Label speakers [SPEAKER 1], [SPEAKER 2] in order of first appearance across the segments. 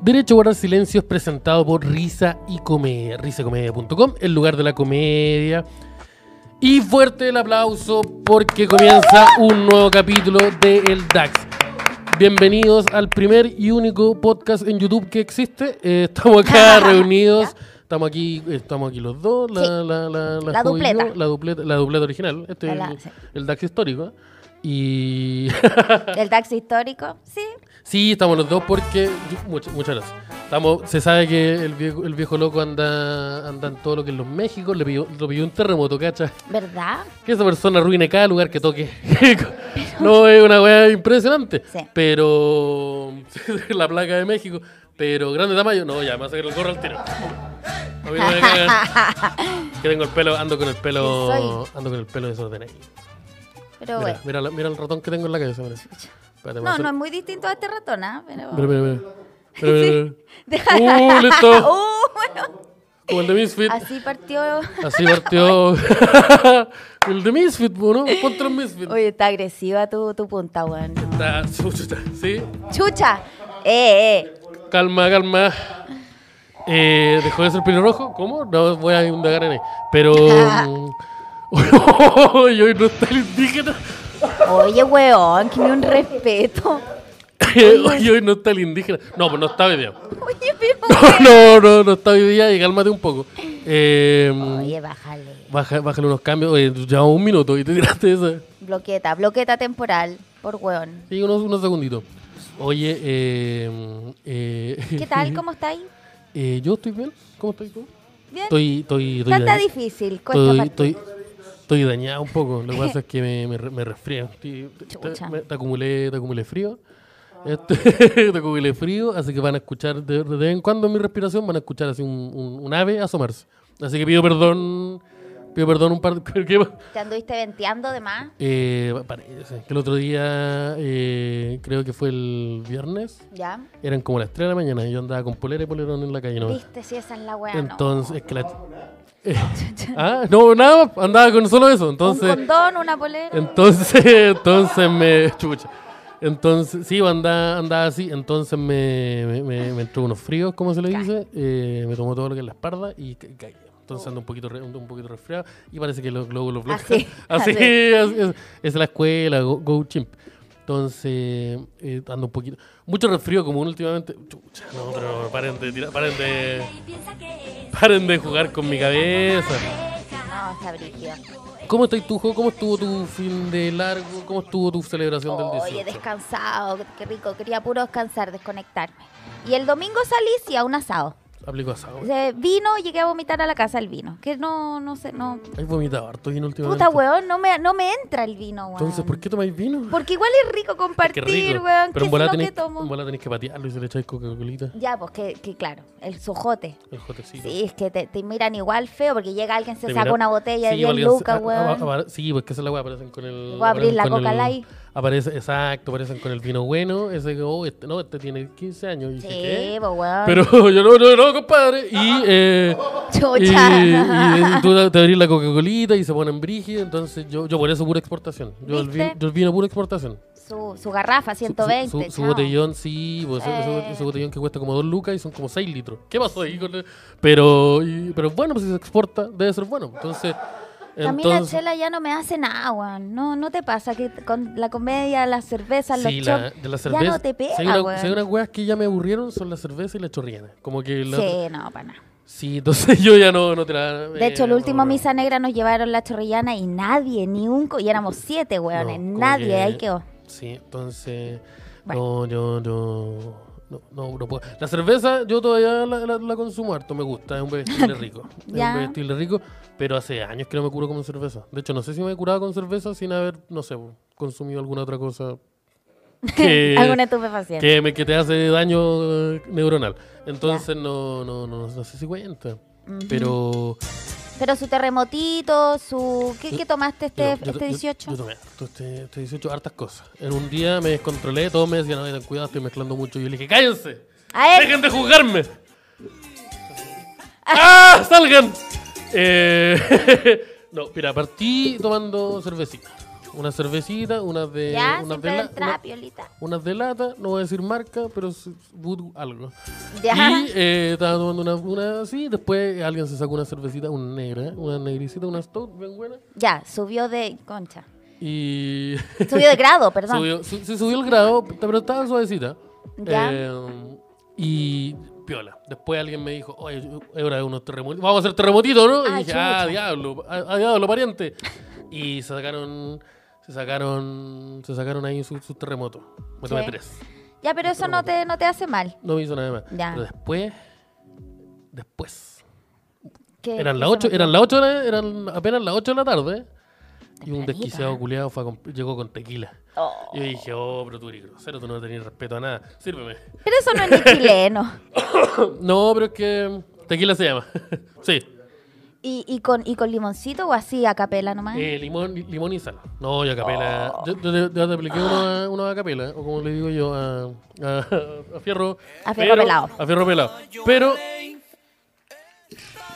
[SPEAKER 1] Derecho a guardar silencio es presentado por Risa y Comedia, risacomedia.com, el lugar de la comedia. Y fuerte el aplauso porque comienza un nuevo capítulo de El DAX. Bienvenidos al primer y único podcast en YouTube que existe. Eh, estamos acá reunidos. Estamos aquí, estamos aquí los dos, la,
[SPEAKER 2] Sí.
[SPEAKER 1] la, la, la,
[SPEAKER 2] La
[SPEAKER 1] Joe y yo,
[SPEAKER 2] dupleta.
[SPEAKER 1] la dupleta, la dupleta original, este es
[SPEAKER 2] La-
[SPEAKER 1] el,
[SPEAKER 2] sí.
[SPEAKER 1] el DAX histórico. Y
[SPEAKER 2] ¿Del taxi histórico? Sí.
[SPEAKER 1] Sí, estamos los dos porque. much- muchas gracias. Estamos, se sabe que el viejo, el viejo loco anda, anda en todo lo que es los México. Le pidió, lo pidió un terremoto, ¿cacha?
[SPEAKER 2] ¿Verdad?
[SPEAKER 1] Que esa persona arruine cada lugar que toque. no, es una weá impresionante.
[SPEAKER 2] Sí.
[SPEAKER 1] Pero. la placa de México. Pero grande tamaño. No, ya, me va a sacar el gorro al tiro. A mí no me cagan. que tengo el pelo, ando con el pelo.
[SPEAKER 2] Sí,
[SPEAKER 1] Ando con el pelo desordenado. Mira,
[SPEAKER 2] Pero Oh, bueno.
[SPEAKER 1] mira, la- mira el ratón que tengo en la cabeza. mira. Espérate, voy a
[SPEAKER 2] No,
[SPEAKER 1] hacer-
[SPEAKER 2] no es muy distinto a este ratón, ¿ah? Pero...
[SPEAKER 1] Mira, mira, mira. Mira, mira, mira.
[SPEAKER 2] Deja-
[SPEAKER 1] ¡Uh, listo!
[SPEAKER 2] Uh, bueno.
[SPEAKER 1] Como el de Misfit.
[SPEAKER 2] Así partió.
[SPEAKER 1] Así partió. el de Misfit, ¿no? Contra el Misfit.
[SPEAKER 2] Oye, está agresiva tu, tu punta, weón. no.
[SPEAKER 1] Está- chuta, Sí,
[SPEAKER 2] ¡Chucha! Eh, eh.
[SPEAKER 1] calma, calma. Eh, ¿Dejó de ser pelo rojo? ¿Cómo? No voy a indagar en ahí. Pero. y hoy no está el indígena.
[SPEAKER 2] Oye, weón, que me un respeto.
[SPEAKER 1] y hoy no está el indígena. No, pues no está hoy día.
[SPEAKER 2] Oye, pero.
[SPEAKER 1] no, no, no está hoy día y cálmate un poco. Eh,
[SPEAKER 2] Oye, bájale.
[SPEAKER 1] Baja, bájale unos cambios. Oye, llevamos un minuto y te tiraste esa.
[SPEAKER 2] Bloqueta, bloqueta temporal, por weón.
[SPEAKER 1] Sí, unos, unos segunditos. Oye, eh, eh,
[SPEAKER 2] ¿Qué tal? ¿Cómo estáis?
[SPEAKER 1] eh, ¿Yo estoy bien? ¿Cómo estoy? ¿Cómo?
[SPEAKER 2] ¿Bien?
[SPEAKER 1] Estoy, estoy, estoy,
[SPEAKER 2] No está
[SPEAKER 1] dañ-
[SPEAKER 2] difícil,
[SPEAKER 1] estoy,
[SPEAKER 2] cuesta partir.
[SPEAKER 1] estoy, estoy dañado un poco. Lo que pasa es que me, me, re- me resfrié. Estoy- Te,
[SPEAKER 2] Chucha.
[SPEAKER 1] me- te acumulé, te acumulé frío. Este, te acumulé frío, así que van a escuchar de, de vez en cuando mi respiración, van a escuchar así un, un, un ave asomarse. Así que pido perdón, pido perdón un par de... ¿qué va?
[SPEAKER 2] ¿Te anduviste venteando de más?
[SPEAKER 1] Eh, parece que el otro día, eh, creo que fue el viernes,
[SPEAKER 2] ¿Ya?
[SPEAKER 1] eran como las 3 de la mañana y yo andaba con polera y polerón en la calle. ¿no?
[SPEAKER 2] ¿Viste? Sí, esa es la weá. no.
[SPEAKER 1] Entonces, es que la... Eh, ah, no, nada, más, andaba con solo eso.
[SPEAKER 2] un
[SPEAKER 1] Entonces,
[SPEAKER 2] condón, una polera.
[SPEAKER 1] entonces, entonces me... Chucha. Entonces, sí, andaba, andaba así. Entonces me, me, me- me entró unos fríos, como se le dice. eh, me tomó todo lo que es la espalda y ca- caí. Entonces ando un poquito, re- ando un poquito resfriado y parece que los glóbulos blancos.
[SPEAKER 2] Así,
[SPEAKER 1] así,
[SPEAKER 2] así.
[SPEAKER 1] es, es- es la escuela, go, go chimp. Entonces, eh, ando un poquito. Mucho resfrío común últimamente. Chucha, no, pero paren de tirar, paren de. Paren de jugar con mi cabeza.
[SPEAKER 2] No, está brígido.
[SPEAKER 1] ¿Cómo estás tú, Jo? ¿Cómo estuvo tu fin de largo? ¿Cómo estuvo tu celebración del
[SPEAKER 2] Oye,
[SPEAKER 1] 18?
[SPEAKER 2] descansado, qué rico. Quería puro descansar, desconectarme. Y el domingo salí, sí, a un asado.
[SPEAKER 1] Aplico asado.
[SPEAKER 2] Se vino, llegué a vomitar a la casa el vino. Que no, no sé, no.
[SPEAKER 1] Has vomitado harto vino últimamente.
[SPEAKER 2] Puta, weón, no me, no me entra el vino, weón.
[SPEAKER 1] Entonces, ¿por qué tomáis vino?
[SPEAKER 2] Porque igual es rico
[SPEAKER 1] Qué
[SPEAKER 2] compartir,
[SPEAKER 1] rico.
[SPEAKER 2] weón.
[SPEAKER 1] Pero
[SPEAKER 2] ¿Qué
[SPEAKER 1] en
[SPEAKER 2] es lo
[SPEAKER 1] volada
[SPEAKER 2] que
[SPEAKER 1] tenéis, en
[SPEAKER 2] tomo?
[SPEAKER 1] volada tenéis que patearlo y se le echáis Coca-Colita.
[SPEAKER 2] Ya, pues que, que claro, el sojote.
[SPEAKER 1] El jotecito.
[SPEAKER 2] Sí, es que te, te miran igual feo porque llega alguien, se
[SPEAKER 1] Te
[SPEAKER 2] saca
[SPEAKER 1] mira-
[SPEAKER 2] una botella
[SPEAKER 1] Sí,
[SPEAKER 2] de 10
[SPEAKER 1] alguien se-
[SPEAKER 2] lucas,
[SPEAKER 1] a- a-
[SPEAKER 2] weón.
[SPEAKER 1] a- sí, pues que esa es la weá, aparecen con el.
[SPEAKER 2] Voy a abrir
[SPEAKER 1] aparecen
[SPEAKER 2] la
[SPEAKER 1] con
[SPEAKER 2] Coca
[SPEAKER 1] el-
[SPEAKER 2] Light.
[SPEAKER 1] Aparece, exacto, aparecen con el vino bueno. Ese que, oh, este, no, este tiene 15 años. Y dije,
[SPEAKER 2] Sí,
[SPEAKER 1] ¿qué?
[SPEAKER 2] pues weón.
[SPEAKER 1] Pero yo no, no, no, compadre. Y, eh, y,
[SPEAKER 2] Chucha.
[SPEAKER 1] y tú te abrís la Coca-Colita y se ponen brígidos. Entonces, yo, yo por eso pura exportación. Yo el,
[SPEAKER 2] ¿Viste?
[SPEAKER 1] vino, yo el vino pura exportación.
[SPEAKER 2] Su, su garrafa, 120.
[SPEAKER 1] Su, su- su
[SPEAKER 2] chao.
[SPEAKER 1] botellón, sí, pues, ese- ese-
[SPEAKER 2] Eh.
[SPEAKER 1] ese botellón que cuesta como 2 lucas y son como 6 litros. ¿Qué pasó ahí con el- Pero, y- pero bueno, pues si se exporta, debe ser bueno. Entonces,
[SPEAKER 2] A mí la
[SPEAKER 1] entonces
[SPEAKER 2] chela ya no me hace nada, weón. No, no te pasa que con la comedia, las cervezas,
[SPEAKER 1] sí,
[SPEAKER 2] los
[SPEAKER 1] la,
[SPEAKER 2] chops,
[SPEAKER 1] de la
[SPEAKER 2] ya
[SPEAKER 1] cerveza.
[SPEAKER 2] no te pega,
[SPEAKER 1] si hay una-
[SPEAKER 2] weón.
[SPEAKER 1] si hay unas weas que ya me aburrieron, son la cerveza y la chorriana. Como que la-
[SPEAKER 2] Sí, no, para nada.
[SPEAKER 1] sí, entonces yo ya no, no te la.
[SPEAKER 2] De hecho, el
[SPEAKER 1] eh,
[SPEAKER 2] último
[SPEAKER 1] no, no.
[SPEAKER 2] Misa Negra nos llevaron la chorrillana y nadie, ni un... co- Y éramos siete,
[SPEAKER 1] No,
[SPEAKER 2] weones.
[SPEAKER 1] como
[SPEAKER 2] nadie,
[SPEAKER 1] que-
[SPEAKER 2] ahí quedó.
[SPEAKER 1] Sí, entonces.
[SPEAKER 2] Bueno.
[SPEAKER 1] No, yo, yo. No, no, no puedo. La cerveza yo todavía la, la- la consumo harto, me gusta, es un bebestible rico.
[SPEAKER 2] Ya.
[SPEAKER 1] Es un bebestible rico, pero hace años que no me curo con cerveza. De hecho, no sé si me he curado con cerveza sin haber, no sé, consumido alguna otra cosa. que-
[SPEAKER 2] Alguna estupefaciente.
[SPEAKER 1] que, me- que te hace daño eh, neuronal. Entonces no, no, no, no sé si cuenta. Pero.
[SPEAKER 2] Pero su terremotito, su... ¿Qué, qué tomaste este,
[SPEAKER 1] yo- yo-
[SPEAKER 2] este
[SPEAKER 1] yo-
[SPEAKER 2] 18?
[SPEAKER 1] Yo, tomé harto este, este 18, hartas cosas. En un día me descontrolé, todos me decían, no, ten cuidado, estoy mezclando mucho. Y yo le dije, cállense,
[SPEAKER 2] A ver,
[SPEAKER 1] dejen de juzgarme. ¡Ah! ¡Salgan! Eh, no, mira, partí tomando cervecita. Unas cervecitas, unas de.
[SPEAKER 2] Ya,
[SPEAKER 1] unas
[SPEAKER 2] siempre
[SPEAKER 1] de la-
[SPEAKER 2] del trap,
[SPEAKER 1] una-
[SPEAKER 2] Piolita.
[SPEAKER 1] unas de lata, no voy a decir marca, pero es voodoo algo.
[SPEAKER 2] Ya.
[SPEAKER 1] Y eh, estaba tomando una, una así, después alguien se sacó una cervecita, una negra, una negricita, una stout, bien buena.
[SPEAKER 2] Ya, subió de concha.
[SPEAKER 1] Y
[SPEAKER 2] Subió de grado, perdón.
[SPEAKER 1] subió, su- se subió el grado, pero estaba suavecita.
[SPEAKER 2] Ya.
[SPEAKER 1] Eh, y piola. Después alguien me dijo, oye, es hora de unos terremotitos. Vamos a hacer terremotitos, ¿no?
[SPEAKER 2] Ah,
[SPEAKER 1] y dije,
[SPEAKER 2] chucha.
[SPEAKER 1] ah, diablo, ah, ah, diablo, pariente. Y se sacaron, se sacaron, se sacaron ahí sus sus terremotos. Me tomé
[SPEAKER 2] Sí.
[SPEAKER 1] tres.
[SPEAKER 2] Ya, pero eso no te, no te hace mal.
[SPEAKER 1] No me hizo nada más.
[SPEAKER 2] Ya.
[SPEAKER 1] Pero después, después.
[SPEAKER 2] Que-
[SPEAKER 1] Eran
[SPEAKER 2] que
[SPEAKER 1] las
[SPEAKER 2] se
[SPEAKER 1] 8,
[SPEAKER 2] me-
[SPEAKER 1] eran las 8 de la- eran apenas las 8 de la tarde. Y un
[SPEAKER 2] Tempranito,
[SPEAKER 1] desquiciado
[SPEAKER 2] ¿eh?
[SPEAKER 1] culiado fue a comp- llegó con tequila.
[SPEAKER 2] Oh.
[SPEAKER 1] Y Yo dije, oh, pero tú eres grosero, tú no tenés respeto a nada. Sírveme.
[SPEAKER 2] Pero eso no es ni chileno.
[SPEAKER 1] No, pero es que tequila se llama. sí.
[SPEAKER 2] ¿Y, y, con, ¿Y con limoncito o así a capela nomás?
[SPEAKER 1] Eh, limón, limón y sal. No, yo a capela. Yo, yo te- yo te apliqué uno a, uno a capela, o como le digo yo, a, a, a fierro.
[SPEAKER 2] A fierro pelado.
[SPEAKER 1] A fierro pelado. Pero.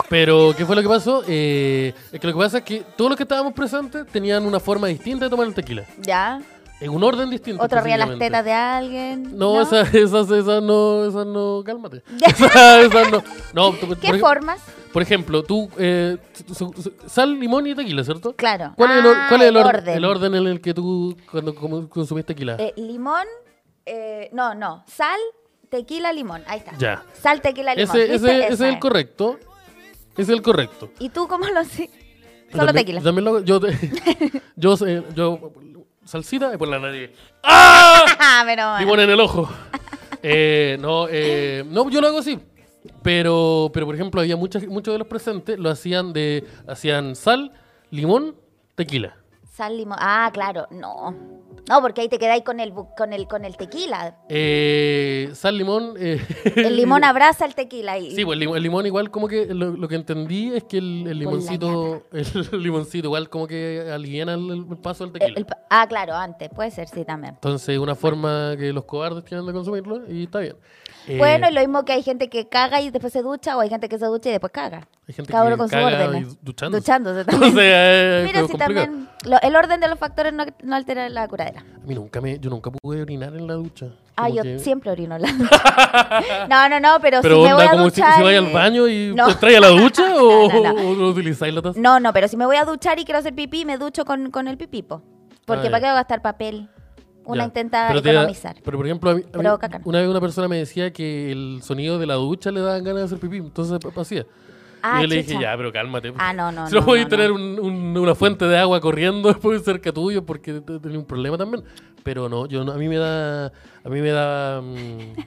[SPEAKER 1] Pero, ¿qué fue lo que pasó? Eh, es que lo que pasa es que todos los que estábamos presentes tenían una forma distinta de tomar el tequila.
[SPEAKER 2] Ya.
[SPEAKER 1] En un orden distinto.
[SPEAKER 2] Otro ría las
[SPEAKER 1] específicamente.
[SPEAKER 2] tetas de alguien.
[SPEAKER 1] No, esas esas esas no, esas no, cálmate.
[SPEAKER 2] Ya.
[SPEAKER 1] Esas esas no. No, tú- por,
[SPEAKER 2] ¿Qué
[SPEAKER 1] ej-
[SPEAKER 2] formas?
[SPEAKER 1] por ejemplo, tú, eh, su- su- su- sal, limón y tequila, ¿cierto?
[SPEAKER 2] Claro.
[SPEAKER 1] ¿Cuál es, el, or-
[SPEAKER 2] Ah,
[SPEAKER 1] cuál es el,
[SPEAKER 2] el
[SPEAKER 1] or-
[SPEAKER 2] orden.
[SPEAKER 1] el orden en el que tú cuando como- consumís tequila?
[SPEAKER 2] Eh, limón. eh, no, no. Sal, tequila, limón. Ahí está.
[SPEAKER 1] Ya.
[SPEAKER 2] Sal, tequila, limón.
[SPEAKER 1] ese,
[SPEAKER 2] ¿Viste?
[SPEAKER 1] ese, ese es
[SPEAKER 2] Esa
[SPEAKER 1] el correcto. Ese es el correcto.
[SPEAKER 2] ¿Y tú cómo lo haces?
[SPEAKER 1] Pero
[SPEAKER 2] Solo
[SPEAKER 1] también-
[SPEAKER 2] tequila.
[SPEAKER 1] también lo- yo, te- yo, sé- yo, salsita y por la nariz. ¡Ah!
[SPEAKER 2] Ah, pero bueno.
[SPEAKER 1] Limón en el ojo. Eh, no, eh, no, yo lo hago así. Pero, pero por ejemplo, había muchas, muchos de los presentes lo hacían de, hacían sal, limón, tequila.
[SPEAKER 2] Sal, limón. Ah, claro. No. No, porque ahí te quedáis con el, bu- con el, con el tequila.
[SPEAKER 1] Eh, sal, limón. eh,
[SPEAKER 2] El limón abraza el tequila. Y,
[SPEAKER 1] Sí, pues el lim- el limón igual como que lo, lo que entendí es que el, el
[SPEAKER 2] Por la
[SPEAKER 1] limoncito, el limoncito igual como que aliena el, el paso del
[SPEAKER 2] el-
[SPEAKER 1] tequila.
[SPEAKER 2] el pa- ah, claro, antes. Puede ser, sí, también.
[SPEAKER 1] Entonces, una forma que los cobardes tienen de consumirlo y está bien. Eh,
[SPEAKER 2] Bueno, y lo mismo que hay gente que caga y después se ducha, o hay gente que se ducha y después caga.
[SPEAKER 1] hay gente
[SPEAKER 2] Cada uno
[SPEAKER 1] que
[SPEAKER 2] con su
[SPEAKER 1] caga
[SPEAKER 2] orden.
[SPEAKER 1] y duchándose.
[SPEAKER 2] Duchándose
[SPEAKER 1] O
[SPEAKER 2] también.
[SPEAKER 1] sea, es
[SPEAKER 2] Mira,
[SPEAKER 1] como
[SPEAKER 2] si
[SPEAKER 1] complicado.
[SPEAKER 2] también lo- el orden de los factores no, no altera la curadera.
[SPEAKER 1] A mí nunca me, yo nunca pude orinar en la ducha.
[SPEAKER 2] Ah,
[SPEAKER 1] Como
[SPEAKER 2] yo
[SPEAKER 1] que-
[SPEAKER 2] siempre orino en la ducha. No, no, no, pero,
[SPEAKER 1] Pero
[SPEAKER 2] si me voy
[SPEAKER 1] onda,
[SPEAKER 2] a
[SPEAKER 1] como si,
[SPEAKER 2] duchar...
[SPEAKER 1] si vais
[SPEAKER 2] y-
[SPEAKER 1] al baño y
[SPEAKER 2] No.
[SPEAKER 1] te traes a la ducha o,
[SPEAKER 2] No, no, no.
[SPEAKER 1] o no utilizáis la taza.
[SPEAKER 2] No, no, pero si me voy a duchar y quiero hacer pipí, me ducho con, con el pipipo.
[SPEAKER 1] Ah,
[SPEAKER 2] Porque
[SPEAKER 1] ya.
[SPEAKER 2] ¿para qué voy a gastar papel? Una
[SPEAKER 1] Ya.
[SPEAKER 2] intenta
[SPEAKER 1] Pero te da-
[SPEAKER 2] economizar.
[SPEAKER 1] pero por ejemplo, a mí- a mí
[SPEAKER 2] Pero caca no.
[SPEAKER 1] una vez una persona me decía que el sonido de la ducha le daban ganas de hacer pipí, entonces pa- pa- hacía.
[SPEAKER 2] Ah,
[SPEAKER 1] y yo le dije,
[SPEAKER 2] chucha.
[SPEAKER 1] ya, pero cálmate.
[SPEAKER 2] Ah, no, no,
[SPEAKER 1] Si no,
[SPEAKER 2] no,
[SPEAKER 1] podéis
[SPEAKER 2] no,
[SPEAKER 1] tener
[SPEAKER 2] no.
[SPEAKER 1] un- un- una fuente de agua corriendo por cerca tuyo porque te- te- tenés un problema también. Pero no, yo no- a mí me da. A mí me da. mm,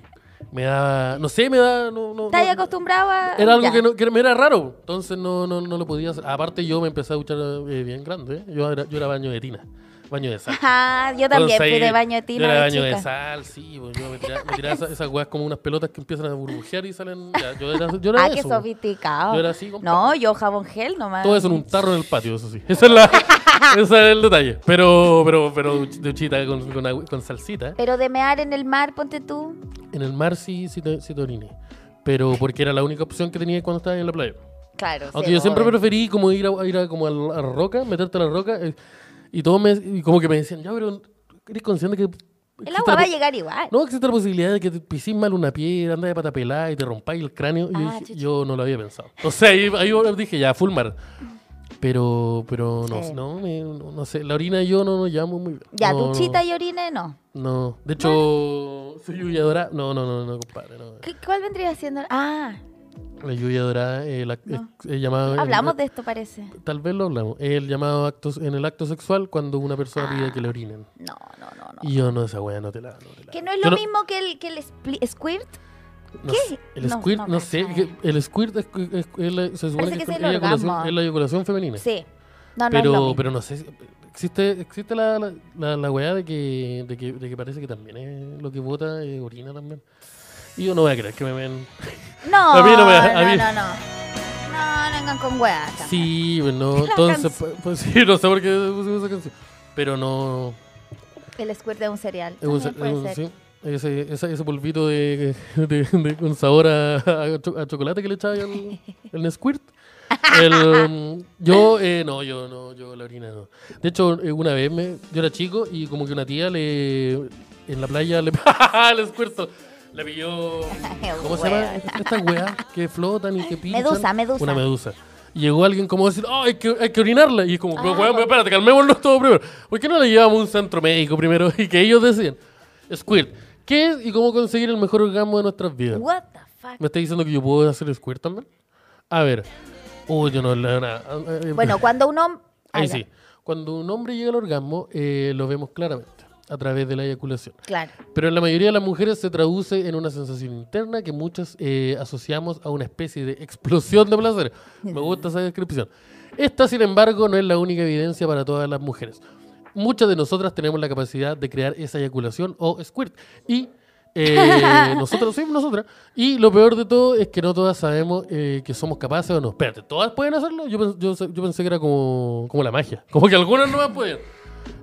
[SPEAKER 1] me da. No sé, me da. No, no,
[SPEAKER 2] ¿Estás
[SPEAKER 1] no-
[SPEAKER 2] acostumbrado a...?
[SPEAKER 1] Era algo
[SPEAKER 2] Ya.
[SPEAKER 1] que, no- que me era raro, entonces no, no, no lo podía hacer. Aparte yo me empecé a duchar eh, bien grande, ¿eh? yo, era, yo era baño de tina, baño de sal.
[SPEAKER 2] Ajá, Ah, yo también
[SPEAKER 1] Entonces,
[SPEAKER 2] fui de baño de
[SPEAKER 1] Yo
[SPEAKER 2] tina
[SPEAKER 1] era
[SPEAKER 2] de
[SPEAKER 1] baño
[SPEAKER 2] chica.
[SPEAKER 1] de sal, sí, pues, yo me tiraba, me tiraba esas, esas weas como unas pelotas que empiezan a burbujear y salen... ya, yo era, yo era
[SPEAKER 2] ah, qué
[SPEAKER 1] eso. pues.
[SPEAKER 2] sofisticado.
[SPEAKER 1] Yo era así, compadre.
[SPEAKER 2] no, yo jabón gel nomás.
[SPEAKER 1] Todo eso en un tarro en el patio, eso sí. Esa es la, ese es el detalle. Pero, pero, pero duchita con, con, agua- con salsita.
[SPEAKER 2] Pero de mear en el mar, ponte tú.
[SPEAKER 1] En el mar sí, sí, te- sí te oriné. Pero porque era la única opción que tenía cuando estaba en la playa.
[SPEAKER 2] Claro.
[SPEAKER 1] Aunque
[SPEAKER 2] sí,
[SPEAKER 1] yo siempre
[SPEAKER 2] obvio.
[SPEAKER 1] preferí como ir a, ir a como a la, a la roca, meterte a la roca, eh, y todos me, y como que me decían, ya, pero ¿eres consciente que...
[SPEAKER 2] El
[SPEAKER 1] existe
[SPEAKER 2] agua
[SPEAKER 1] la
[SPEAKER 2] va a
[SPEAKER 1] po-
[SPEAKER 2] llegar igual.
[SPEAKER 1] No, existe la posibilidad de que te pisís mal una piedra, andas de pata pelada y te rompáis el cráneo. Y yo
[SPEAKER 2] Ah,
[SPEAKER 1] dije, yo,
[SPEAKER 2] chucha.
[SPEAKER 1] no lo había pensado. O sea, ahí, ahí yo dije, ya, full mar. Pero, pero no,
[SPEAKER 2] Sí.
[SPEAKER 1] no, me- no, no sé, la orina y yo no nos llevamos muy bien.
[SPEAKER 2] Ya,
[SPEAKER 1] no,
[SPEAKER 2] duchita
[SPEAKER 1] no,
[SPEAKER 2] y orine, no.
[SPEAKER 1] no. de hecho, soy lluvia dorada. No, no, no, no, compadre, no.
[SPEAKER 2] ¿Qué- ¿Cuál vendría siendo? Ah,
[SPEAKER 1] La lluvia dorada, eh, la,
[SPEAKER 2] No.
[SPEAKER 1] es- es llamada-
[SPEAKER 2] hablamos de esto, parece.
[SPEAKER 1] eh, Tal vez lo hablamos. El llamado acto, en el acto sexual cuando una
[SPEAKER 2] Ah.
[SPEAKER 1] persona pide que le orinen.
[SPEAKER 2] No, no, no, no.
[SPEAKER 1] Y yo no, esa weá no te la. No te la-
[SPEAKER 2] Que no es
[SPEAKER 1] Yo
[SPEAKER 2] lo mismo que el, que el spli- squirt.
[SPEAKER 1] no
[SPEAKER 2] ¿qué?
[SPEAKER 1] sé, el
[SPEAKER 2] No,
[SPEAKER 1] squirt,
[SPEAKER 2] no,
[SPEAKER 1] no,
[SPEAKER 2] no
[SPEAKER 1] sé.
[SPEAKER 2] sé.
[SPEAKER 1] que El squirt es, es- es la- se supone que,
[SPEAKER 2] Parece que
[SPEAKER 1] es,
[SPEAKER 2] es el
[SPEAKER 1] la eyaculación,
[SPEAKER 2] orgasmo.
[SPEAKER 1] es la eyaculación femenina.
[SPEAKER 2] Sí. No, no es lo
[SPEAKER 1] pero,
[SPEAKER 2] mismo.
[SPEAKER 1] pero no sé. si- Existe, existe la, la, la, la weá de que, de, que, de que parece que también es lo que bota es orina también. Y yo no voy a creer que me ven.
[SPEAKER 2] No,
[SPEAKER 1] a mí no me- a
[SPEAKER 2] no,
[SPEAKER 1] mí-
[SPEAKER 2] no, no. No, no vengan con weas. tampoco.
[SPEAKER 1] Sí, pues no.
[SPEAKER 2] La
[SPEAKER 1] Entonces,
[SPEAKER 2] canción.
[SPEAKER 1] pues, pues sí, no sé por qué pusimos esa canción. Pero no.
[SPEAKER 2] El squirt de un cereal.
[SPEAKER 1] Es un-
[SPEAKER 2] también
[SPEAKER 1] es
[SPEAKER 2] puede
[SPEAKER 1] un-
[SPEAKER 2] ser.
[SPEAKER 1] sí, ese, ese, ese polvito de, de, de- con sabor a, a cho- a chocolate que le echaba al el Nesquirt. El, yo, eh, no, yo no, yo la orina no. De hecho, eh, una vez me, yo era chico y como que una tía le en la playa le ¡Ah, el escuerzo. Le pilló. ¿Cómo se llama?
[SPEAKER 2] Weona.
[SPEAKER 1] Estas weas que flotan y que pinchan.
[SPEAKER 2] Medusa, medusa.
[SPEAKER 1] Una medusa. Y llegó alguien como a decir, "Ah, hay, que, hay que orinarla. Y es como, pero
[SPEAKER 2] Ah,
[SPEAKER 1] weón,
[SPEAKER 2] por-
[SPEAKER 1] espérate, calmémonos todo primero. ¿Por qué no le llevamos a un centro médico primero? Y que ellos decían, Squirt, ¿qué es y cómo conseguir el mejor orgasmo de nuestras vidas?
[SPEAKER 2] What the fuck.
[SPEAKER 1] ¿Me está diciendo que yo puedo hacer squirt también? A ver. Uy, yo no leo nada. Ah, ah, eh,
[SPEAKER 2] Bueno, cuando un hombre.
[SPEAKER 1] ahí sí. Cuando un hombre llega al orgasmo, eh, lo vemos claramente a través de la eyaculación.
[SPEAKER 2] Claro.
[SPEAKER 1] Pero en la mayoría de las mujeres se traduce en una sensación interna que muchas eh, asociamos a una especie de explosión de placer. Me gusta esa descripción. Esta, sin embargo, no es la única evidencia para todas las mujeres. Muchas de nosotras tenemos la capacidad de crear esa eyaculación o squirt. Y eh, nosotros, sí, nosotras. Y lo peor de todo es que no todas sabemos eh, que somos capaces o no. Espérate, ¿todas pueden hacerlo? Yo, pens- yo, yo pensé que era como, como la magia. Como que algunas no más pueden.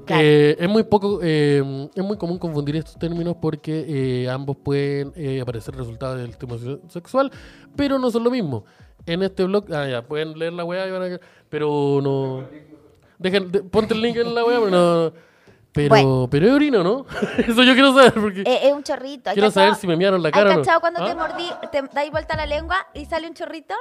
[SPEAKER 2] Claro.
[SPEAKER 1] Eh, es muy poco, eh, es muy común confundir estos términos porque eh, ambos pueden eh, aparecer resultados del estímulo sexual, pero no son lo mismo. En este blog, ah, ya, pueden leer la weá, y van a- pero no. Dejen, de- ponte el link en la weá, pero no. Pero,
[SPEAKER 2] Bueno. Eh,
[SPEAKER 1] pero es orino, ¿no? Eso yo quiero saber, porque
[SPEAKER 2] Es un chorrito. ¿Hay
[SPEAKER 1] quiero
[SPEAKER 2] cachado-
[SPEAKER 1] saber si me miraron la
[SPEAKER 2] ¿hay
[SPEAKER 1] cara o no.
[SPEAKER 2] cachado cuando
[SPEAKER 1] ¿Ah?
[SPEAKER 2] te mordí, te dais vuelta la lengua y sale un chorrito?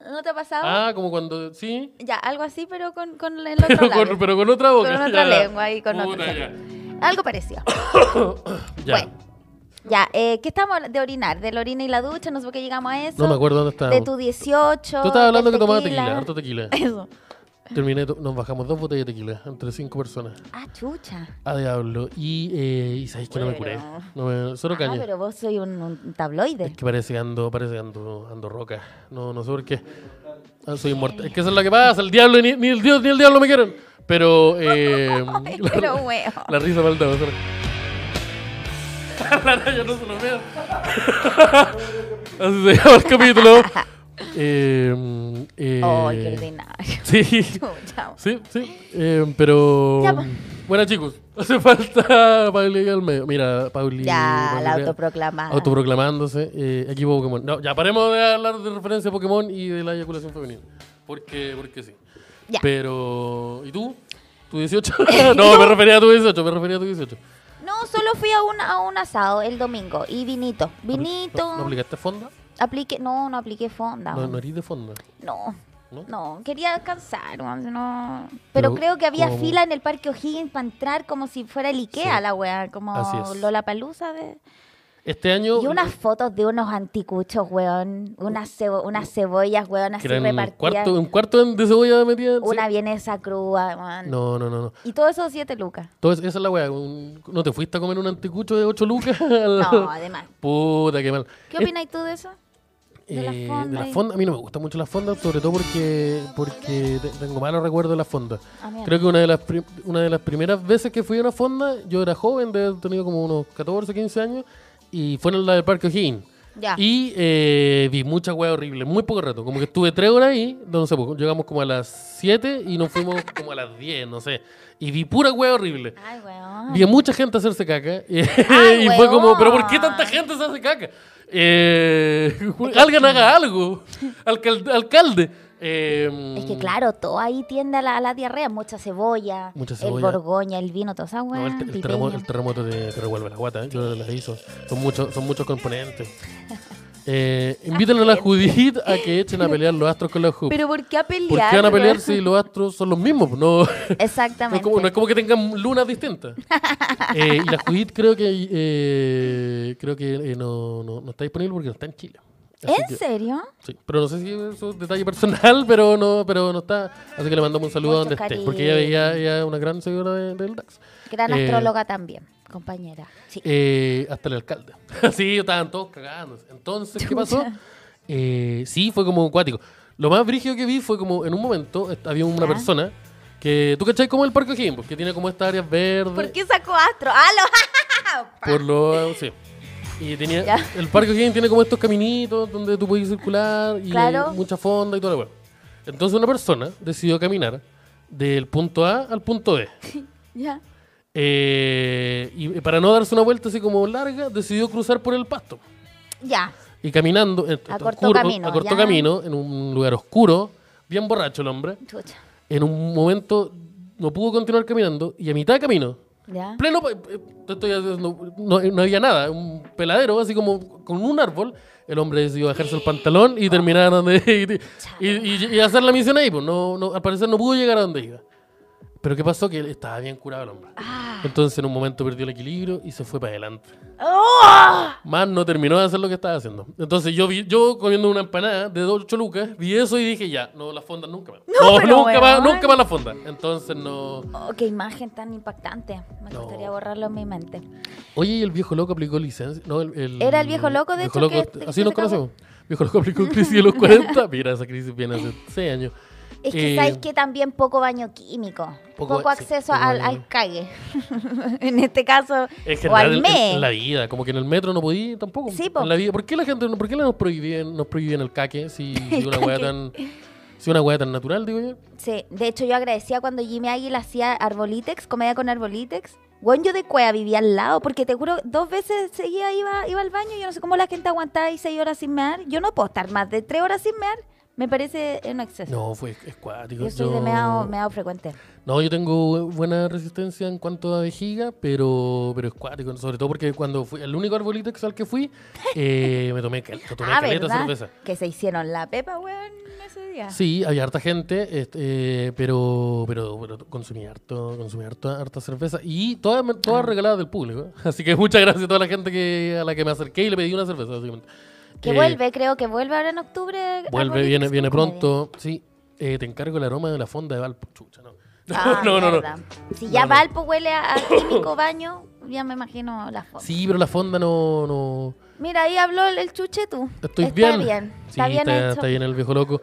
[SPEAKER 2] ¿No te ha pasado?
[SPEAKER 1] Ah, como cuando. Sí.
[SPEAKER 2] Ya, algo así, pero con, con el otro
[SPEAKER 1] Pero
[SPEAKER 2] labio.
[SPEAKER 1] con, pero con otra boca.
[SPEAKER 2] Con otra
[SPEAKER 1] ya, ya.
[SPEAKER 2] lengua y con
[SPEAKER 1] Puta,
[SPEAKER 2] otra-
[SPEAKER 1] Ya.
[SPEAKER 2] Algo parecido.
[SPEAKER 1] Ya.
[SPEAKER 2] Bueno, ya, eh, ¿qué estamos habla- de orinar? De la orina y la ducha, no sé por qué llegamos a eso.
[SPEAKER 1] No me acuerdo dónde estaba.
[SPEAKER 2] De tu 18.
[SPEAKER 1] Tú estabas hablando que
[SPEAKER 2] del
[SPEAKER 1] tomaba tequila, harto tequila.
[SPEAKER 2] Eso.
[SPEAKER 1] Terminé, to- nos bajamos dos botellas de tequila entre cinco personas.
[SPEAKER 2] Ah, chucha.
[SPEAKER 1] A diablo. Y, eh, y sabéis que no me curé.
[SPEAKER 2] Bueno.
[SPEAKER 1] No me, solo
[SPEAKER 2] Ah,
[SPEAKER 1] caña.
[SPEAKER 2] pero vos soy un, un tabloide.
[SPEAKER 1] Es que parece que ando, parece que ando, ando roca. No, no sé por qué. Ah, soy inmortal. Es que eso es lo que pasa. El diablo, ni, ni el dios, ni el diablo me quieren. Pero, eh,
[SPEAKER 2] Ay,
[SPEAKER 1] la-
[SPEAKER 2] pero weón.
[SPEAKER 1] La risa maldosa. La raya no se lo vea. Así se llama el capítulo. Eh, eh,
[SPEAKER 2] Ay, qué ordinario.
[SPEAKER 1] Sí,
[SPEAKER 2] Chucha.
[SPEAKER 1] sí, sí. eh, pero.
[SPEAKER 2] Ya, pa.
[SPEAKER 1] Bueno, chicos, hace falta Pauli al medio. Mira, Pauli.
[SPEAKER 2] Ya,
[SPEAKER 1] Pauli
[SPEAKER 2] la
[SPEAKER 1] Gal-
[SPEAKER 2] autoproclamada.
[SPEAKER 1] Autoproclamándose. Eh, equipo Pokémon. No, ya paremos de hablar de referencia a Pokémon y de la eyaculación femenina. Porque, porque sí.
[SPEAKER 2] Ya. Eh,
[SPEAKER 1] Pero. ¿Y tú? ¿Tu 18? no, me refería a tu 18, me refería a tu 18.
[SPEAKER 2] No, solo fui a un, a un asado el domingo y vinito. Vinito.
[SPEAKER 1] ¿No, no aplicaste fonda?
[SPEAKER 2] apliqué, no, no apliqué fonda.
[SPEAKER 1] No,
[SPEAKER 2] weón.
[SPEAKER 1] no eres de fonda.
[SPEAKER 2] No,
[SPEAKER 1] ¿No?
[SPEAKER 2] no, quería descansar, weón, no. Pero,
[SPEAKER 1] Pero,
[SPEAKER 2] creo que había
[SPEAKER 1] ¿cómo?
[SPEAKER 2] fila en el Parque O'Higgins para entrar como si fuera el Ikea
[SPEAKER 1] Sí.
[SPEAKER 2] la weá, como
[SPEAKER 1] Así es.
[SPEAKER 2] Lola Palusa. De...
[SPEAKER 1] Este año.
[SPEAKER 2] Y unas fotos de unos anticuchos, weón, unas, cebo- unas cebollas, weón,
[SPEAKER 1] que
[SPEAKER 2] así
[SPEAKER 1] eran un
[SPEAKER 2] repartidas.
[SPEAKER 1] cuarto, un cuarto de cebolla metida.
[SPEAKER 2] Una vienesa crúa, weón.
[SPEAKER 1] No, no, no, no.
[SPEAKER 2] Y todo eso siete lucas.
[SPEAKER 1] Entonces, esa es la weá. un- ¿No te fuiste a comer un anticucho de 8 lucas? al-
[SPEAKER 2] No, además.
[SPEAKER 1] Puta, qué mal.
[SPEAKER 2] ¿Qué opinas tú de eso? de la
[SPEAKER 1] Eh,
[SPEAKER 2] fonda
[SPEAKER 1] de la
[SPEAKER 2] y-
[SPEAKER 1] fonda. A mí no me gustan mucho las fondas, sobre todo porque porque te- tengo malos recuerdos de las fondas.
[SPEAKER 2] Ah, mira.
[SPEAKER 1] Creo que una de las prim- una de las primeras veces que fui a una fonda, yo era joven, de haber tenido como unos 14, 15 años, y fue en la del Parque O'Higgins.
[SPEAKER 2] Ya.
[SPEAKER 1] Y eh, vi mucha hueá horrible, muy poco rato. Como que estuve tres horas ahí, no sé, pues, llegamos como a las 7 y nos fuimos como a las 10, no sé. Y vi pura hueá horrible.
[SPEAKER 2] Ay, weón.
[SPEAKER 1] Vi a mucha gente hacerse caca. Y,
[SPEAKER 2] Ah. Ay,
[SPEAKER 1] y fue como,
[SPEAKER 2] weón.
[SPEAKER 1] ¿pero por qué tanta gente se hace caca? Eh, alguien haga algo. Alcal- alcalde. Eh,
[SPEAKER 2] Es que claro, todo ahí tiende a la, a la diarrea, mucha cebolla,
[SPEAKER 1] Mucha
[SPEAKER 2] el
[SPEAKER 1] cebolla.
[SPEAKER 2] borgoña, el vino, toda esa
[SPEAKER 1] no,
[SPEAKER 2] weón.
[SPEAKER 1] el, el terremoto, el terremoto te, te revuelve la guata, ¿eh? yo las hizo. Son muchos, son muchos componentes. Eh, invítenle a la Judith a que echen a pelear los astros con la Hoop.
[SPEAKER 2] Ah, Pero ¿por qué a pelear?
[SPEAKER 1] ¿Por qué van a pelear
[SPEAKER 2] weón?
[SPEAKER 1] si los astros son los mismos? No, no es
[SPEAKER 2] Exactamente.
[SPEAKER 1] como, no es como que tengan lunas distintas. Eh, y la Judith creo que eh, creo que eh, no, no, no está disponible porque no está en Chile. Así
[SPEAKER 2] ¿En
[SPEAKER 1] que-
[SPEAKER 2] serio?
[SPEAKER 1] sí. Pero no sé si es un detalle personal, pero no, pero no está. Así que le mandamos un saludo a
[SPEAKER 2] Mucho
[SPEAKER 1] donde esté.
[SPEAKER 2] cariño.
[SPEAKER 1] Porque ella veía ella es una gran seguidora de- del DAX.
[SPEAKER 2] Gran
[SPEAKER 1] Eh,
[SPEAKER 2] astróloga también, compañera. Sí.
[SPEAKER 1] Eh, hasta el alcalde. sí, estaban todos cagándose. Entonces, ¿qué pasó?
[SPEAKER 2] Chucha.
[SPEAKER 1] Eh, sí, fue como acuático. Lo más brígido que vi fue como en un momento est- había una
[SPEAKER 2] Ya.
[SPEAKER 1] persona que tú cachai como el Parque O'Higgins, pues, que tiene como estas áreas verdes.
[SPEAKER 2] ¿Por qué sacó astro? ¡Ah, lo!
[SPEAKER 1] Por lo. Sí. Y tenía.
[SPEAKER 2] Ya.
[SPEAKER 1] El Parque O'Higgins tiene como estos caminitos donde tú puedes circular y
[SPEAKER 2] Claro.
[SPEAKER 1] hay mucha fonda y todo lo Entonces una persona decidió caminar del punto A al punto B.
[SPEAKER 2] ya.
[SPEAKER 1] Eh, y para no darse una vuelta así como larga, decidió cruzar por el pasto.
[SPEAKER 2] Ya.
[SPEAKER 1] Y caminando. eh,
[SPEAKER 2] A
[SPEAKER 1] esto
[SPEAKER 2] corto
[SPEAKER 1] oscuro,
[SPEAKER 2] camino,
[SPEAKER 1] a corto
[SPEAKER 2] ya.
[SPEAKER 1] camino, en un lugar oscuro, bien borracho el hombre.
[SPEAKER 2] Chucha.
[SPEAKER 1] En un momento no pudo continuar caminando y a mitad de camino,
[SPEAKER 2] ¿Ya?
[SPEAKER 1] pleno, pa- eh, te estoy haciendo- no, no había nada, un peladero así como con un árbol, el hombre decidió bajarse el pantalón y terminar donde y, y- y hacer la misión ahí, pues no, no, al parecer no pudo llegar a donde iba. Pero ¿qué pasó? Que él estaba bien curado el hombre.
[SPEAKER 2] Ah.
[SPEAKER 1] Entonces en un momento perdió el equilibrio y se fue para adelante.
[SPEAKER 2] ¡Oh!
[SPEAKER 1] Más no terminó de hacer lo que estaba haciendo. Entonces yo vi, yo comiendo una empanada de 8 lucas, vi eso y dije ya, no las fondas nunca más.
[SPEAKER 2] No, pero
[SPEAKER 1] nunca más,
[SPEAKER 2] weón.
[SPEAKER 1] nunca más las fondas. Entonces no.
[SPEAKER 2] Oh, qué imagen tan impactante. Me
[SPEAKER 1] No.
[SPEAKER 2] gustaría borrarlo en mi mente.
[SPEAKER 1] Oye, ¿y el viejo loco aplicó licencia? No, el,
[SPEAKER 2] Era el viejo loco, de hecho, que-
[SPEAKER 1] así
[SPEAKER 2] que
[SPEAKER 1] nos
[SPEAKER 2] se cagó.
[SPEAKER 1] conocemos. Viejo loco aplicó crisis de los 40. Mira, esa crisis viene hace 6 años.
[SPEAKER 2] Es que
[SPEAKER 1] Eh,
[SPEAKER 2] sabes que también poco baño químico,
[SPEAKER 1] Poco-
[SPEAKER 2] poco,
[SPEAKER 1] sí,
[SPEAKER 2] acceso
[SPEAKER 1] poco
[SPEAKER 2] al,
[SPEAKER 1] baño.
[SPEAKER 2] al calle. en este caso,
[SPEAKER 1] En
[SPEAKER 2] o
[SPEAKER 1] general,
[SPEAKER 2] al
[SPEAKER 1] en-
[SPEAKER 2] mes.
[SPEAKER 1] en la vida, como que en el metro no podía tampoco.
[SPEAKER 2] Sí, po.
[SPEAKER 1] En la vida. ¿Por qué la gente, no- por qué nos prohibían, nos prohibían el caque si, si una hueá
[SPEAKER 2] caque.
[SPEAKER 1] tan, si una hueá tan natural, digo yo?
[SPEAKER 2] Sí, de hecho yo agradecía cuando Jimmy Águila hacía Arbolitex, comedia con Arbolitex. Bueno, yo de cueva vivía al lado, porque te juro, dos veces seguía iba, iba al baño, yo no sé cómo la gente aguantaba y seis horas sin mear. Yo no puedo estar más de tres horas sin mear, me parece un exceso.
[SPEAKER 1] No, fue es cuático.
[SPEAKER 2] yo soy de meado, meado frecuente.
[SPEAKER 1] No, yo tengo buena resistencia en cuanto a vejiga, pero, pero es cuático, sobre todo porque cuando fui, el único arbolito al que fui, eh, me tomé, cal- tomé
[SPEAKER 2] Ah,
[SPEAKER 1] caleta
[SPEAKER 2] ¿verdad?
[SPEAKER 1] cerveza.
[SPEAKER 2] Que se hicieron la pepa, weón, ese día.
[SPEAKER 1] Sí, había harta gente, este, eh, pero, pero, pero consumí harto, consumí harto, harta cerveza y todas me-
[SPEAKER 2] Ah.
[SPEAKER 1] todas regaladas del público. ¿eh? Así que muchas gracias a toda la gente que, a la que me acerqué y le pedí una cerveza, básicamente.
[SPEAKER 2] Que
[SPEAKER 1] Eh,
[SPEAKER 2] vuelve, creo que vuelve ahora en octubre.
[SPEAKER 1] Vuelve,
[SPEAKER 2] Arbolitex
[SPEAKER 1] viene,
[SPEAKER 2] con
[SPEAKER 1] viene
[SPEAKER 2] comedia.
[SPEAKER 1] pronto. Sí, eh, te encargo el aroma de la fonda de Valpo. Chucha, no. No,
[SPEAKER 2] Ah,
[SPEAKER 1] no, no, no.
[SPEAKER 2] mierda. Si ya
[SPEAKER 1] No, no.
[SPEAKER 2] Valpo huele a, a químico baño, ya me imagino la foto.
[SPEAKER 1] Sí, pero la fonda no, no,
[SPEAKER 2] Mira, ahí habló el, el chuchetu.
[SPEAKER 1] Estoy
[SPEAKER 2] está
[SPEAKER 1] bien. Sí,
[SPEAKER 2] está bien
[SPEAKER 1] está,
[SPEAKER 2] hecho.
[SPEAKER 1] está bien el viejo loco.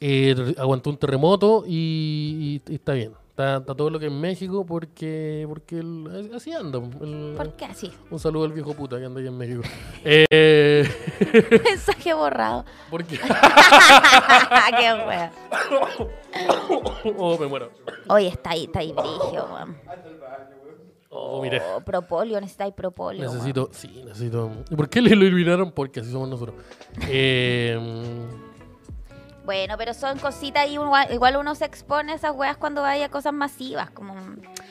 [SPEAKER 1] Eh, re- aguantó un terremoto y, y- y está bien. Está, está todo lo que es México porque, porque el- así anda. el-
[SPEAKER 2] ¿Por qué así?
[SPEAKER 1] un saludo al viejo puta que anda ahí en México. Eh,
[SPEAKER 2] Mensaje borrado.
[SPEAKER 1] porque,
[SPEAKER 2] qué wea.
[SPEAKER 1] oh, me muero.
[SPEAKER 2] Oye, está ahí, está ahí brigio, weón.
[SPEAKER 1] Oh, mire.
[SPEAKER 2] Oh, propolio, necesitáis propolio. weón.
[SPEAKER 1] Necesito, sí, necesito. ¿Y por qué le lo iluminaron? Porque así somos nosotros. Eh,
[SPEAKER 2] Bueno, pero son cositas y igual, igual uno se expone a esas weas cuando vaya a cosas masivas, como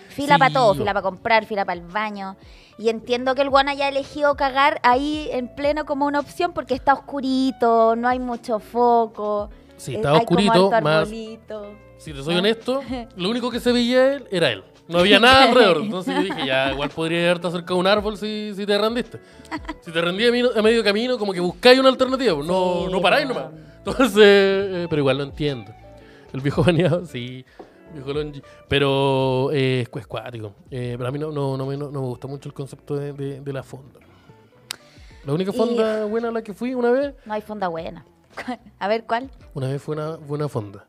[SPEAKER 2] fila
[SPEAKER 1] Sí,
[SPEAKER 2] para todo,
[SPEAKER 1] bo.
[SPEAKER 2] fila para comprar, fila para el baño. Y entiendo que el guan haya elegido cagar ahí en pleno como una opción porque está oscurito, no hay mucho foco.
[SPEAKER 1] sí,
[SPEAKER 2] eh,
[SPEAKER 1] estaba
[SPEAKER 2] hay como
[SPEAKER 1] oscurito,
[SPEAKER 2] harto
[SPEAKER 1] más
[SPEAKER 2] arbolito.
[SPEAKER 1] Si te soy
[SPEAKER 2] Ah.
[SPEAKER 1] honesto, lo único que se veía él era él. No había nada alrededor. Entonces yo dije, ya, igual podría haberte acercado a un árbol si, si te rendiste. Si te rendí a, mi- a medio camino, como que buscáis una alternativa. pues, No,
[SPEAKER 2] Sí,
[SPEAKER 1] no paráis
[SPEAKER 2] pues.
[SPEAKER 1] nomás. Entonces, eh, pero igual lo entiendo. El viejo baneado, sí. Viejo longi. Pero eh, es cu- es cuático. Eh, pero a mí no, no, no, me- no- no me gusta mucho el concepto de, de- de la fonda. La única
[SPEAKER 2] Y-
[SPEAKER 1] fonda buena a la que fui una vez
[SPEAKER 2] No hay fonda buena. A ver cuál.
[SPEAKER 1] una vez fue una, fue una fonda.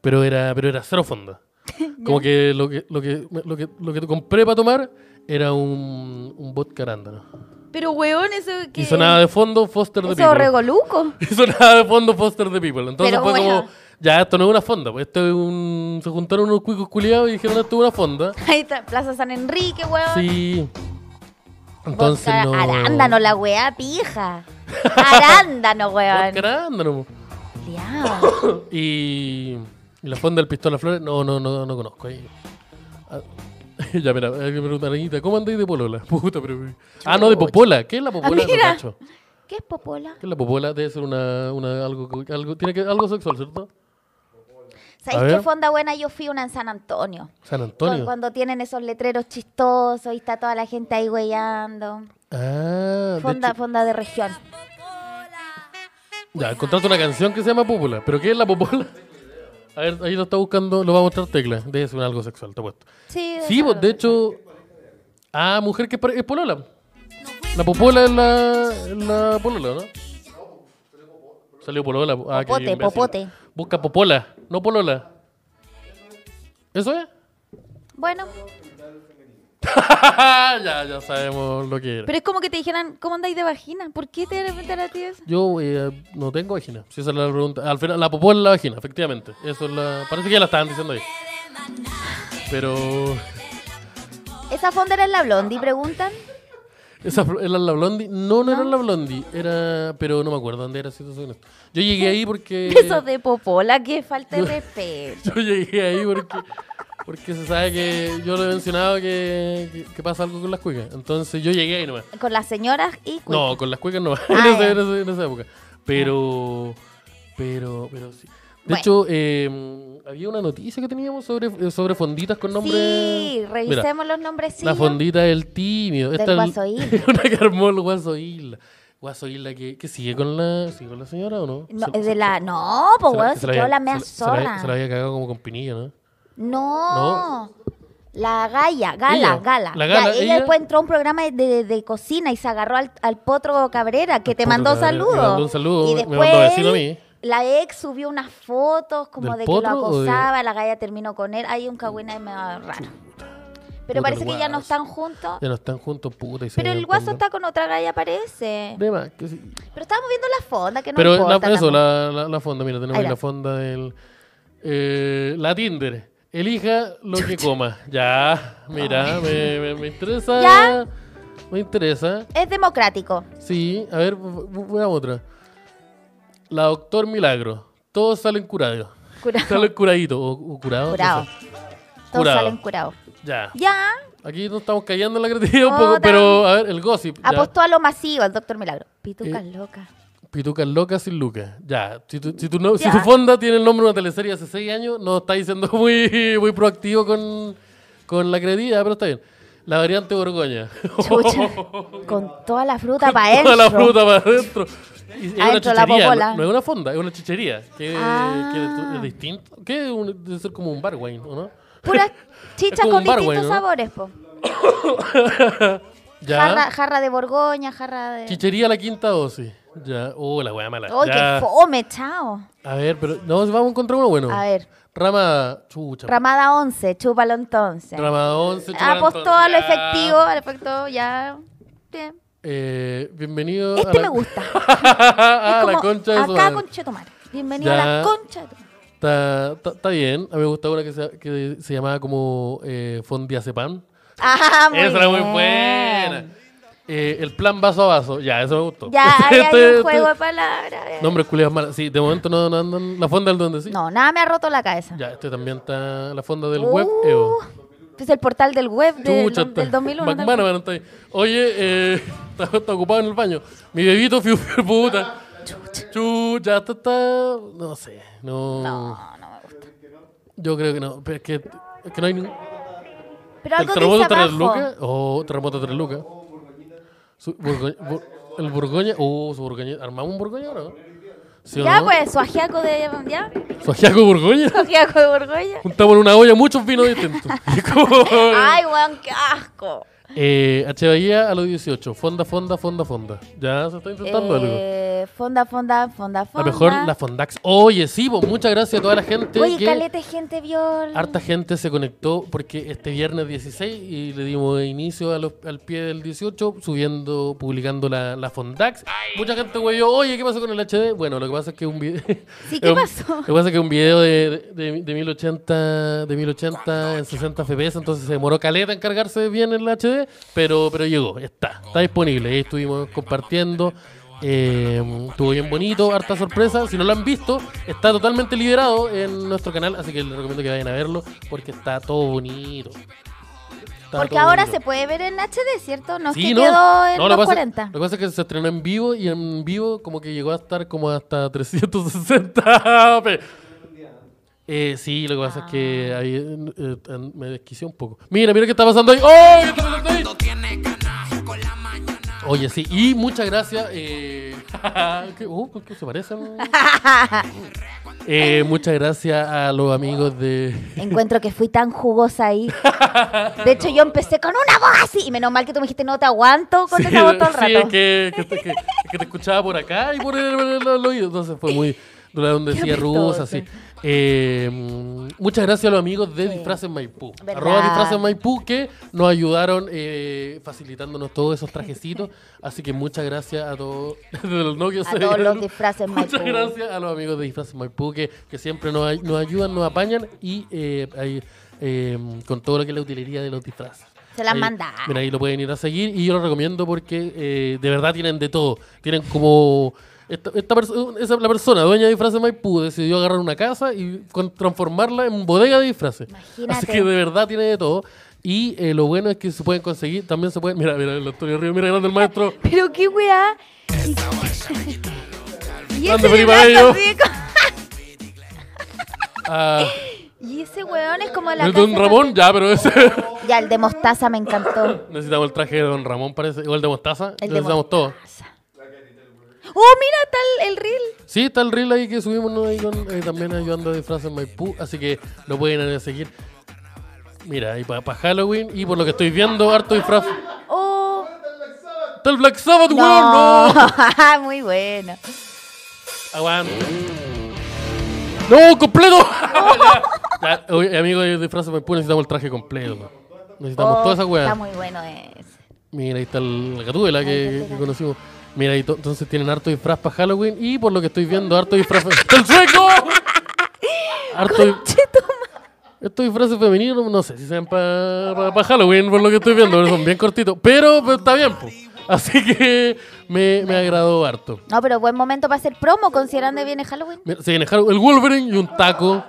[SPEAKER 1] Pero era, pero era cero fonda. Como que lo que, lo que, lo que, lo que compré para tomar era un, un vodka arándano.
[SPEAKER 2] Pero weón, eso que
[SPEAKER 1] Y sonaba de fondo Foster the
[SPEAKER 2] eso
[SPEAKER 1] People.
[SPEAKER 2] regoluco.
[SPEAKER 1] Y sonaba de fondo Foster the People. Entonces
[SPEAKER 2] Pero
[SPEAKER 1] fue
[SPEAKER 2] bueno.
[SPEAKER 1] como, ya, esto no es una fonda. Pues esto es un... Se juntaron unos cuicos culiados y dijeron, esto es una fonda.
[SPEAKER 2] Ahí está Plaza San Enrique, weón.
[SPEAKER 1] Sí. Entonces
[SPEAKER 2] Vodka
[SPEAKER 1] no...
[SPEAKER 2] Arándano, la weá pija. Arándano,
[SPEAKER 1] Vodka
[SPEAKER 2] weón.
[SPEAKER 1] arándano. pues.
[SPEAKER 2] Liao.
[SPEAKER 1] Y, y la fonda del Pistola Flores, no, no, no, no conozco. ahí. Ah, ya, mira, hay que preguntar a Anita, ¿cómo andáis de Polola? Puta, pero. Ah, no, de Popola. ¿Qué es la Popola? No
[SPEAKER 2] Ah, mira.
[SPEAKER 1] cacho.
[SPEAKER 2] ¿Qué es popola?
[SPEAKER 1] ¿Qué es la Popola? Debe ser una, una algo, algo, tiene que, algo sexual, ¿cierto? A
[SPEAKER 2] ¿Sabéis
[SPEAKER 1] ver.
[SPEAKER 2] qué fonda buena? Yo fui una en San Antonio.
[SPEAKER 1] San
[SPEAKER 2] Cu-
[SPEAKER 1] Antonio.
[SPEAKER 2] Cuando tienen esos letreros chistosos y está toda la gente ahí weyando.
[SPEAKER 1] Ah, de
[SPEAKER 2] Fonda,
[SPEAKER 1] hecho-
[SPEAKER 2] fonda de región.
[SPEAKER 1] ya, encontraste una canción que se llama Popola. ¿Pero qué es la Popola? A ver, ahí lo está buscando, lo va a mostrar Tecla. Debe ser algo sexual, te puesto.
[SPEAKER 2] Sí, de
[SPEAKER 1] Sí,
[SPEAKER 2] esa-
[SPEAKER 1] pues, de hecho. Ah, mujer que es pare- es polola. La popola es la, es la polola, ¿no? Salió polola. Ah, qué
[SPEAKER 2] Popote,
[SPEAKER 1] imbécil.
[SPEAKER 2] popote.
[SPEAKER 1] Busca popola, no polola. ¿Eso es?
[SPEAKER 2] Bueno,
[SPEAKER 1] ya, ya sabemos lo que era.
[SPEAKER 2] pero es como que te dijeran, ¿cómo andáis de vagina? ¿Por qué te deben meter a ti eso?
[SPEAKER 1] Yo eh, no tengo vagina, si esa es la pregunta. Al final, la popola es la vagina, efectivamente. Eso es la... Parece que ya la estaban diciendo ahí. Pero...
[SPEAKER 2] ¿Esa fonda era en la blondie? Preguntan.
[SPEAKER 1] Esa fl- era la Blondie. No, no era
[SPEAKER 2] No.
[SPEAKER 1] la Blondie. Era. Pero no me acuerdo dónde era, si te soy honesto. Yo llegué ahí porque.
[SPEAKER 2] Eso de popola, que falta de respeto.
[SPEAKER 1] Yo llegué ahí porque. Porque se sabe que yo lo he mencionado que, que, que pasa algo con las cuicas. Entonces yo llegué ahí nomás.
[SPEAKER 2] Con las señoras y cu-
[SPEAKER 1] No, con las cuecas no.
[SPEAKER 2] Ah,
[SPEAKER 1] en, esa,
[SPEAKER 2] ya.
[SPEAKER 1] en esa- en esa época. Pero. Pero. Pero sí. De
[SPEAKER 2] Bueno.
[SPEAKER 1] hecho, eh, había una noticia que teníamos sobre, sobre fonditas con nombres.
[SPEAKER 2] Sí,
[SPEAKER 1] Mira,
[SPEAKER 2] revisemos los nombrecillos.
[SPEAKER 1] la fondita del tímido.
[SPEAKER 2] Del
[SPEAKER 1] Esta es
[SPEAKER 2] Guaso Isla.
[SPEAKER 1] una que armó el Guaso Isla. Guaso Isla que, que sigue, con la, sigue con la señora o no?
[SPEAKER 2] No,
[SPEAKER 1] Se-
[SPEAKER 2] es
[SPEAKER 1] se-
[SPEAKER 2] de la... No, pues
[SPEAKER 1] se la-
[SPEAKER 2] weón,
[SPEAKER 1] se
[SPEAKER 2] si
[SPEAKER 1] la
[SPEAKER 2] quedó
[SPEAKER 1] había-
[SPEAKER 2] la mea
[SPEAKER 1] se- se la había-
[SPEAKER 2] zorra.
[SPEAKER 1] Se la había cagado como con pinilla, ¿no?
[SPEAKER 2] No. La Gaya, Gala,
[SPEAKER 1] Ella,
[SPEAKER 2] Gala.
[SPEAKER 1] la Gala,
[SPEAKER 2] Ya, ella,
[SPEAKER 1] ella.
[SPEAKER 2] después entró a un programa de, de- de cocina y se agarró al, al Potro Cabrera, que
[SPEAKER 1] Al
[SPEAKER 2] te
[SPEAKER 1] Potro
[SPEAKER 2] mandó
[SPEAKER 1] Cabrera,
[SPEAKER 2] saludos.
[SPEAKER 1] me mandó un saludo,
[SPEAKER 2] Y
[SPEAKER 1] me
[SPEAKER 2] después
[SPEAKER 1] mandó a decirlo a
[SPEAKER 2] él-
[SPEAKER 1] mí.
[SPEAKER 2] la ex subió unas fotos como
[SPEAKER 1] ¿Del
[SPEAKER 2] de que lo
[SPEAKER 1] Potro o de-
[SPEAKER 2] acosaba, la Gaya terminó con él. Hay un cagüina medio raro. Pero
[SPEAKER 1] Puta,
[SPEAKER 2] parece
[SPEAKER 1] el
[SPEAKER 2] que ya no
[SPEAKER 1] guaso.
[SPEAKER 2] están juntos.
[SPEAKER 1] Ya no están juntos, puta. Y se
[SPEAKER 2] Ah. Pero el
[SPEAKER 1] dieron
[SPEAKER 2] guaso
[SPEAKER 1] cuenta.
[SPEAKER 2] está con otra Gaya, parece.
[SPEAKER 1] De más, que sí.
[SPEAKER 2] Pero estábamos viendo la fonda, que no
[SPEAKER 1] Pero la-
[SPEAKER 2] importa.
[SPEAKER 1] eso,
[SPEAKER 2] tampoco.
[SPEAKER 1] la, la, la fonda, mira, tenemos
[SPEAKER 2] Ahí
[SPEAKER 1] ahí la
[SPEAKER 2] va.
[SPEAKER 1] fonda del. eh, la Tinder. Elija lo que coma. Ya, mira, me, me- me interesa.
[SPEAKER 2] Ya.
[SPEAKER 1] Me interesa.
[SPEAKER 2] Es democrático.
[SPEAKER 1] Sí, a ver, v- v- veamos otra. La Doctor Milagro. Todos salen curados.
[SPEAKER 2] Curado.
[SPEAKER 1] Salen curaditos o, o curados. no
[SPEAKER 2] Curado.
[SPEAKER 1] sé.
[SPEAKER 2] Todos
[SPEAKER 1] Curado.
[SPEAKER 2] salen curados.
[SPEAKER 1] Ya.
[SPEAKER 2] Ya,
[SPEAKER 1] Aquí nos estamos callando en la creatividad un
[SPEAKER 2] No,
[SPEAKER 1] poco,
[SPEAKER 2] tan-
[SPEAKER 1] pero a ver, el gossip. ya.
[SPEAKER 2] apostó a lo masivo el doctor Milagro. Pitucas
[SPEAKER 1] Eh,
[SPEAKER 2] locas.
[SPEAKER 1] Pitucas locas sin lucas. Ya, si tu, si tu no- si
[SPEAKER 2] Ya.
[SPEAKER 1] tu fonda tiene el nombre de una teleserie hace 6 años, no estáis siendo muy, muy proactivo con, con la creatividad, pero está bien. La variante Borgoña.
[SPEAKER 2] Chucha. Con toda la fruta para él.
[SPEAKER 1] Toda la fruta para adentro. Y es una
[SPEAKER 2] Adentro la
[SPEAKER 1] chichería,
[SPEAKER 2] popola.
[SPEAKER 1] no, no es una fonda, es una chichería. Que,
[SPEAKER 2] Ah.
[SPEAKER 1] que es- es distinto. Que es un- debe ser como un bar wine, ¿o no?
[SPEAKER 2] Puras chichas
[SPEAKER 1] como
[SPEAKER 2] con
[SPEAKER 1] un bar,
[SPEAKER 2] distintos
[SPEAKER 1] güey, ¿no?
[SPEAKER 2] sabores, po.
[SPEAKER 1] Ya.
[SPEAKER 2] Jarra, jarra de Borgoña, jarra de.
[SPEAKER 1] Chichería la quinta dosis. Ya. Oh, la wea mala.
[SPEAKER 2] ¡Ay,
[SPEAKER 1] Ya.
[SPEAKER 2] qué fome, chao!
[SPEAKER 1] A ver, pero no, vamos a encontrar uno bueno.
[SPEAKER 2] A ver,
[SPEAKER 1] Rama. Chucha.
[SPEAKER 2] ramada 11, chúpalo entonces.
[SPEAKER 1] Ramada 11. chupa la
[SPEAKER 2] Ah, Apostó
[SPEAKER 1] entonces.
[SPEAKER 2] a
[SPEAKER 1] Ya.
[SPEAKER 2] lo efectivo, al efecto, ya. Bien.
[SPEAKER 1] Eh, bienvenido
[SPEAKER 2] Este
[SPEAKER 1] a la,
[SPEAKER 2] me gusta.
[SPEAKER 1] a
[SPEAKER 2] Es
[SPEAKER 1] Ah, la
[SPEAKER 2] como
[SPEAKER 1] concha de su
[SPEAKER 2] Acá,
[SPEAKER 1] madre.
[SPEAKER 2] concha de tu madre. Bienvenido a
[SPEAKER 1] Ya.
[SPEAKER 2] la concha de tu madre.
[SPEAKER 1] Está, está- está bien. A mí me gustaba una que se, que se llamaba como eh, Fondiazepam.
[SPEAKER 2] Ah, muy
[SPEAKER 1] Esa era muy
[SPEAKER 2] bien.
[SPEAKER 1] buena. Eh, el plan vaso a vaso. Ya, eso me gustó.
[SPEAKER 2] Ya, ahí
[SPEAKER 1] Este-
[SPEAKER 2] hay un
[SPEAKER 1] este-
[SPEAKER 2] juego de palabras. bien.
[SPEAKER 1] Nombres culiados malos. Sí, de momento no, no andan. La fonda del donde sí.
[SPEAKER 2] No, nada me ha roto la cabeza.
[SPEAKER 1] Ya, este también está. La fonda del
[SPEAKER 2] Uh,
[SPEAKER 1] web. Evo.
[SPEAKER 2] Es el portal del web del,
[SPEAKER 1] Chucha,
[SPEAKER 2] del 2001. tal cual.
[SPEAKER 1] McManaman está ahí. Oye, eh, está, está ocupado en el baño. Mi bebito, fiu, fiu, puta. Chucha. Chucha, está, está- No sé. No,
[SPEAKER 2] No, no me gusta.
[SPEAKER 1] Yo creo que no. Pero es que, es que no hay ningún.
[SPEAKER 2] Pero
[SPEAKER 1] ¿El
[SPEAKER 2] algo
[SPEAKER 1] terremoto
[SPEAKER 2] dice
[SPEAKER 1] de tres
[SPEAKER 2] abajo.
[SPEAKER 1] lucas? Oh, terremoto de tres lucas. Su- Borgoña- Bor- El Borgoña. Oh, su Borgoña. ¿Armamos un Borgoña ahora? no? ¿Sí o
[SPEAKER 2] Ya,
[SPEAKER 1] no?
[SPEAKER 2] pues, su ajiaco de. ¿Ya?
[SPEAKER 1] ¿Su ajiaco Borgoña?
[SPEAKER 2] Su ajiaco de Borgoña.
[SPEAKER 1] Juntamos en una olla muchos vinos distintos. Y como-
[SPEAKER 2] Ay, weón, qué asco.
[SPEAKER 1] eh, H. Bahía a los 18. Fonda, fonda, fonda, fonda. Ya se está intentando algo.
[SPEAKER 2] Eh, Fonda, fonda, fonda,
[SPEAKER 1] La
[SPEAKER 2] fonda.
[SPEAKER 1] mejor, la Fondax. Oye, sí, pues, muchas gracias a toda la gente.
[SPEAKER 2] Oye,
[SPEAKER 1] que-
[SPEAKER 2] caleta de gente vio. el-
[SPEAKER 1] Harta gente se conectó porque este viernes 16 y le dimos inicio a los- al pie del 18 subiendo, publicando la, la Fondax. Mucha gente güeyó, oye, ¿qué pasó con el HD? Bueno, lo que pasa es que un video...
[SPEAKER 2] Sí, ¿qué
[SPEAKER 1] un-
[SPEAKER 2] pasó?
[SPEAKER 1] Lo que pasa es que un video de, de, de 1080, de 1080 en 60 FPS, entonces se demoró caleta en cargarse bien el HD, pero, pero llegó, está, está disponible. Ahí estuvimos compartiendo. eh, estuvo bien bonito, harta sorpresa. Si no lo han visto, está totalmente liberado en nuestro canal, así que les recomiendo que vayan a verlo porque está todo bonito. Está
[SPEAKER 2] Porque
[SPEAKER 1] todo
[SPEAKER 2] ahora
[SPEAKER 1] bonito.
[SPEAKER 2] se puede ver en HD, ¿cierto? No es
[SPEAKER 1] Sí,
[SPEAKER 2] que quedó en
[SPEAKER 1] No, lo que
[SPEAKER 2] los
[SPEAKER 1] pasa-
[SPEAKER 2] 40.
[SPEAKER 1] Lo que pasa es que se estrenó en vivo y en vivo como que llegó a estar como hasta 360 p. Eh, sí, lo que pasa es
[SPEAKER 2] Ah.
[SPEAKER 1] que ahí, eh, eh, me desquició un poco. Mira, mira qué está pasando ahí. ¡Oh! ¿Qué está pasando ahí? Oye, sí, y muchas gracias. Eh... ¿Qué, uh, ¿por qué se parecen? Eh, muchas gracias a los amigos de.
[SPEAKER 2] Encuentro que fui tan jugosa ahí. De hecho, yo empecé con una voz así. Y menos mal que tú me dijiste, no te aguanto con esa voz todo el
[SPEAKER 1] sí,
[SPEAKER 2] rato.
[SPEAKER 1] es que, que, que- que te escuchaba por acá y por el, por el- el oído. Entonces fue muy. Donde decía
[SPEAKER 2] apestoso.
[SPEAKER 1] rusa, sí. Eh, mm, muchas gracias a los amigos de Disfraces Maipú.
[SPEAKER 2] ¿Verdad?
[SPEAKER 1] Arroba Disfraces Maipú que nos ayudaron eh, facilitándonos todos esos trajecitos. Así que muchas gracias a todos. desde el Nokia
[SPEAKER 2] A
[SPEAKER 1] se
[SPEAKER 2] todos
[SPEAKER 1] veía la
[SPEAKER 2] los
[SPEAKER 1] luz.
[SPEAKER 2] disfraces Maipú.
[SPEAKER 1] Muchas gracias a los amigos de Disfraces Maipú que, que siempre nos, ay- nos ayudan, nos apañan y eh, ahí, eh, con todo lo que es la utilería de los disfraces.
[SPEAKER 2] Se las
[SPEAKER 1] Ahí,
[SPEAKER 2] manda.
[SPEAKER 1] Mira, ahí lo pueden ir a seguir y yo lo recomiendo porque eh, de verdad tienen de todo. Tienen como... Esta, esta perso- esa, la persona dueña de disfraces Maipú decidió agarrar una casa y con- transformarla en bodega de disfraces. Así
[SPEAKER 2] Imagínate.
[SPEAKER 1] que de verdad tiene de todo. Y eh, lo bueno es que se pueden conseguir, también se pueden... Mira, mira, el Antonio Río, mira, grande el maestro.
[SPEAKER 2] Pero qué weá. Y- Y
[SPEAKER 1] Grande
[SPEAKER 2] ese,
[SPEAKER 1] Felipe
[SPEAKER 2] weón
[SPEAKER 1] Bello.
[SPEAKER 2] así como-
[SPEAKER 1] Ah,
[SPEAKER 2] y ese weón es como la.
[SPEAKER 1] el Don
[SPEAKER 2] casa-
[SPEAKER 1] Ramón, ya, pero ese...
[SPEAKER 2] Ya, el de mostaza me encantó.
[SPEAKER 1] Necesitamos el traje de Don Ramón, parece. O el de Mostaza. lo
[SPEAKER 2] El de
[SPEAKER 1] necesitamos todo.
[SPEAKER 2] mostaza. Oh, mira, está el, el reel.
[SPEAKER 1] Sí, está el reel ahí que subimos ¿no? ahí con, eh, también ayudando a disfraces Maipú. Así que lo pueden ir a seguir. Mira, ahí para Halloween. Y por lo que estoy viendo, harto disfraz.
[SPEAKER 2] Oh,
[SPEAKER 1] ¡Está el Black Sabbath, weón!
[SPEAKER 2] no.
[SPEAKER 1] ¡No!
[SPEAKER 2] Muy bueno.
[SPEAKER 1] Aguante. ¡No, completo! Ya, ya, oye, amigo de disfraces Maipú, necesitamos el traje completo. Necesitamos
[SPEAKER 2] Oh,
[SPEAKER 1] toda esa weá.
[SPEAKER 2] Está muy bueno ese.
[SPEAKER 1] Mira, ahí está el- la catuela
[SPEAKER 2] Ay,
[SPEAKER 1] que,
[SPEAKER 2] qué
[SPEAKER 1] que
[SPEAKER 2] pena.
[SPEAKER 1] conocimos. Mira, ahí to- entonces tienen harto disfraz para Halloween y por lo que estoy viendo, harto disfraz. ¡Está ¡El sueco! Harto di- Estos disfraces femeninos, no sé si sean para Halloween, por lo que estoy viendo, pero son bien cortitos. Pero, pero está bien, po. Así que me, me agradó harto.
[SPEAKER 2] No, pero buen momento para hacer promo, considerando que viene Halloween.
[SPEAKER 1] Mira, se viene Halloween, el Wolverine y un taco.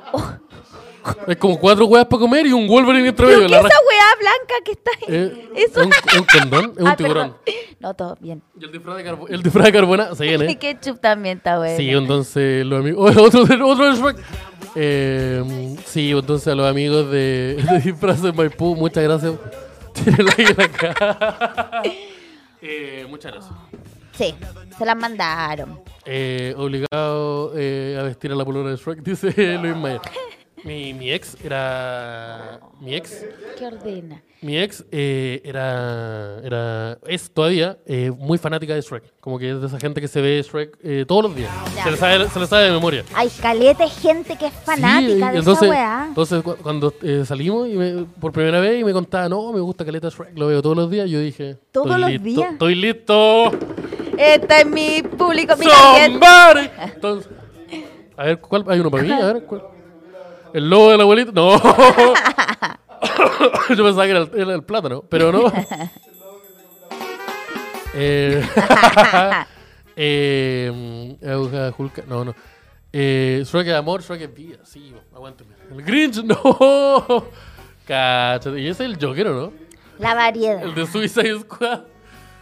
[SPEAKER 1] Es como cuatro huevas para comer y un Wolverine entre
[SPEAKER 2] Pero
[SPEAKER 1] medio.
[SPEAKER 2] que
[SPEAKER 1] La
[SPEAKER 2] esa
[SPEAKER 1] ra-
[SPEAKER 2] weá blanca que está ahí.
[SPEAKER 1] Eh,
[SPEAKER 2] eso.
[SPEAKER 1] ¿Es un, es un condón? ¿Es un
[SPEAKER 2] Ah,
[SPEAKER 1] tiburón?
[SPEAKER 2] perdón. No, todo bien.
[SPEAKER 1] Y el disfraz de, carbo- el disfraz de carbona se viene.
[SPEAKER 2] Y ketchup también está bueno.
[SPEAKER 1] Sí, entonces los amigos. Otro, otro del Shrek. Eh, sí, entonces a los amigos de, de Disfraces Maipú, muchas gracias. Tienen like en la cara. Eh, muchas gracias.
[SPEAKER 2] Sí, se las mandaron.
[SPEAKER 1] Eh, obligado eh, a vestir a la polora de Shrek, dice Luis Mayer. Mi, mi ex era. Mi ex.
[SPEAKER 2] ¿Qué ordena?
[SPEAKER 1] Mi ex eh, era, era. Es todavía eh, muy fanática de Shrek. Como que es de esa gente que se ve Shrek eh, todos los días.
[SPEAKER 2] Ya.
[SPEAKER 1] Se le sabe, se le sabe de memoria.
[SPEAKER 2] Hay caleta de gente que es
[SPEAKER 1] Sí,
[SPEAKER 2] fanática de
[SPEAKER 1] entonces,
[SPEAKER 2] esa weá.
[SPEAKER 1] Entonces, cu- cuando eh, salimos y me- por primera vez y me contaba, no, me gusta Caleta Shrek, lo veo todos los días, yo dije,
[SPEAKER 2] ¿Todos
[SPEAKER 1] "Estoy
[SPEAKER 2] los
[SPEAKER 1] listo,
[SPEAKER 2] días?
[SPEAKER 1] Estoy listo.
[SPEAKER 2] Este es mi público, mi target.
[SPEAKER 1] ¡Somebody! Entonces, a ver, ¿cuál? Hay uno para mí, a ver. ¿cuál? ¿El lobo del abuelito? No. yo pensaba que era el, era el plátano, pero no. eh, eh, mm, aguja, Julka, no, no. Eh, Shrek es amor, Shrek es vida. Sí, aguántame. El Grinch, no. Cáchate. Y ese es el Joker, ¿o ¿no?
[SPEAKER 2] La variedad.
[SPEAKER 1] El de Suicide Squad.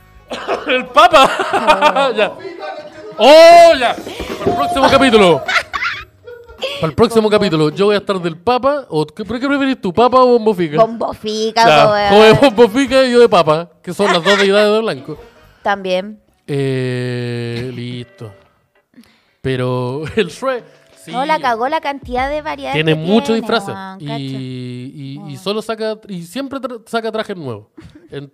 [SPEAKER 1] El Papa. ya. Oh, ya. Para el próximo capítulo. Para el próximo capítulo, yo voy a estar del Papa. O, ¿qué, pero ¿Qué preferís tú, Papa o Bombo Fica?
[SPEAKER 2] Bombo fica,
[SPEAKER 1] Ya,
[SPEAKER 2] weá.
[SPEAKER 1] o de Bombo Fica y yo de Papa, que son las dos deidades de blanco.
[SPEAKER 2] También.
[SPEAKER 1] Eh, listo. Pero el Shrek. Sí,
[SPEAKER 2] No, la cagó la cantidad de variedades.
[SPEAKER 1] Tiene
[SPEAKER 2] que
[SPEAKER 1] mucho
[SPEAKER 2] tiene,
[SPEAKER 1] disfraz
[SPEAKER 2] weón,
[SPEAKER 1] y,
[SPEAKER 2] cacha.
[SPEAKER 1] y- y solo saca y siempre tra- saca trajes nuevos.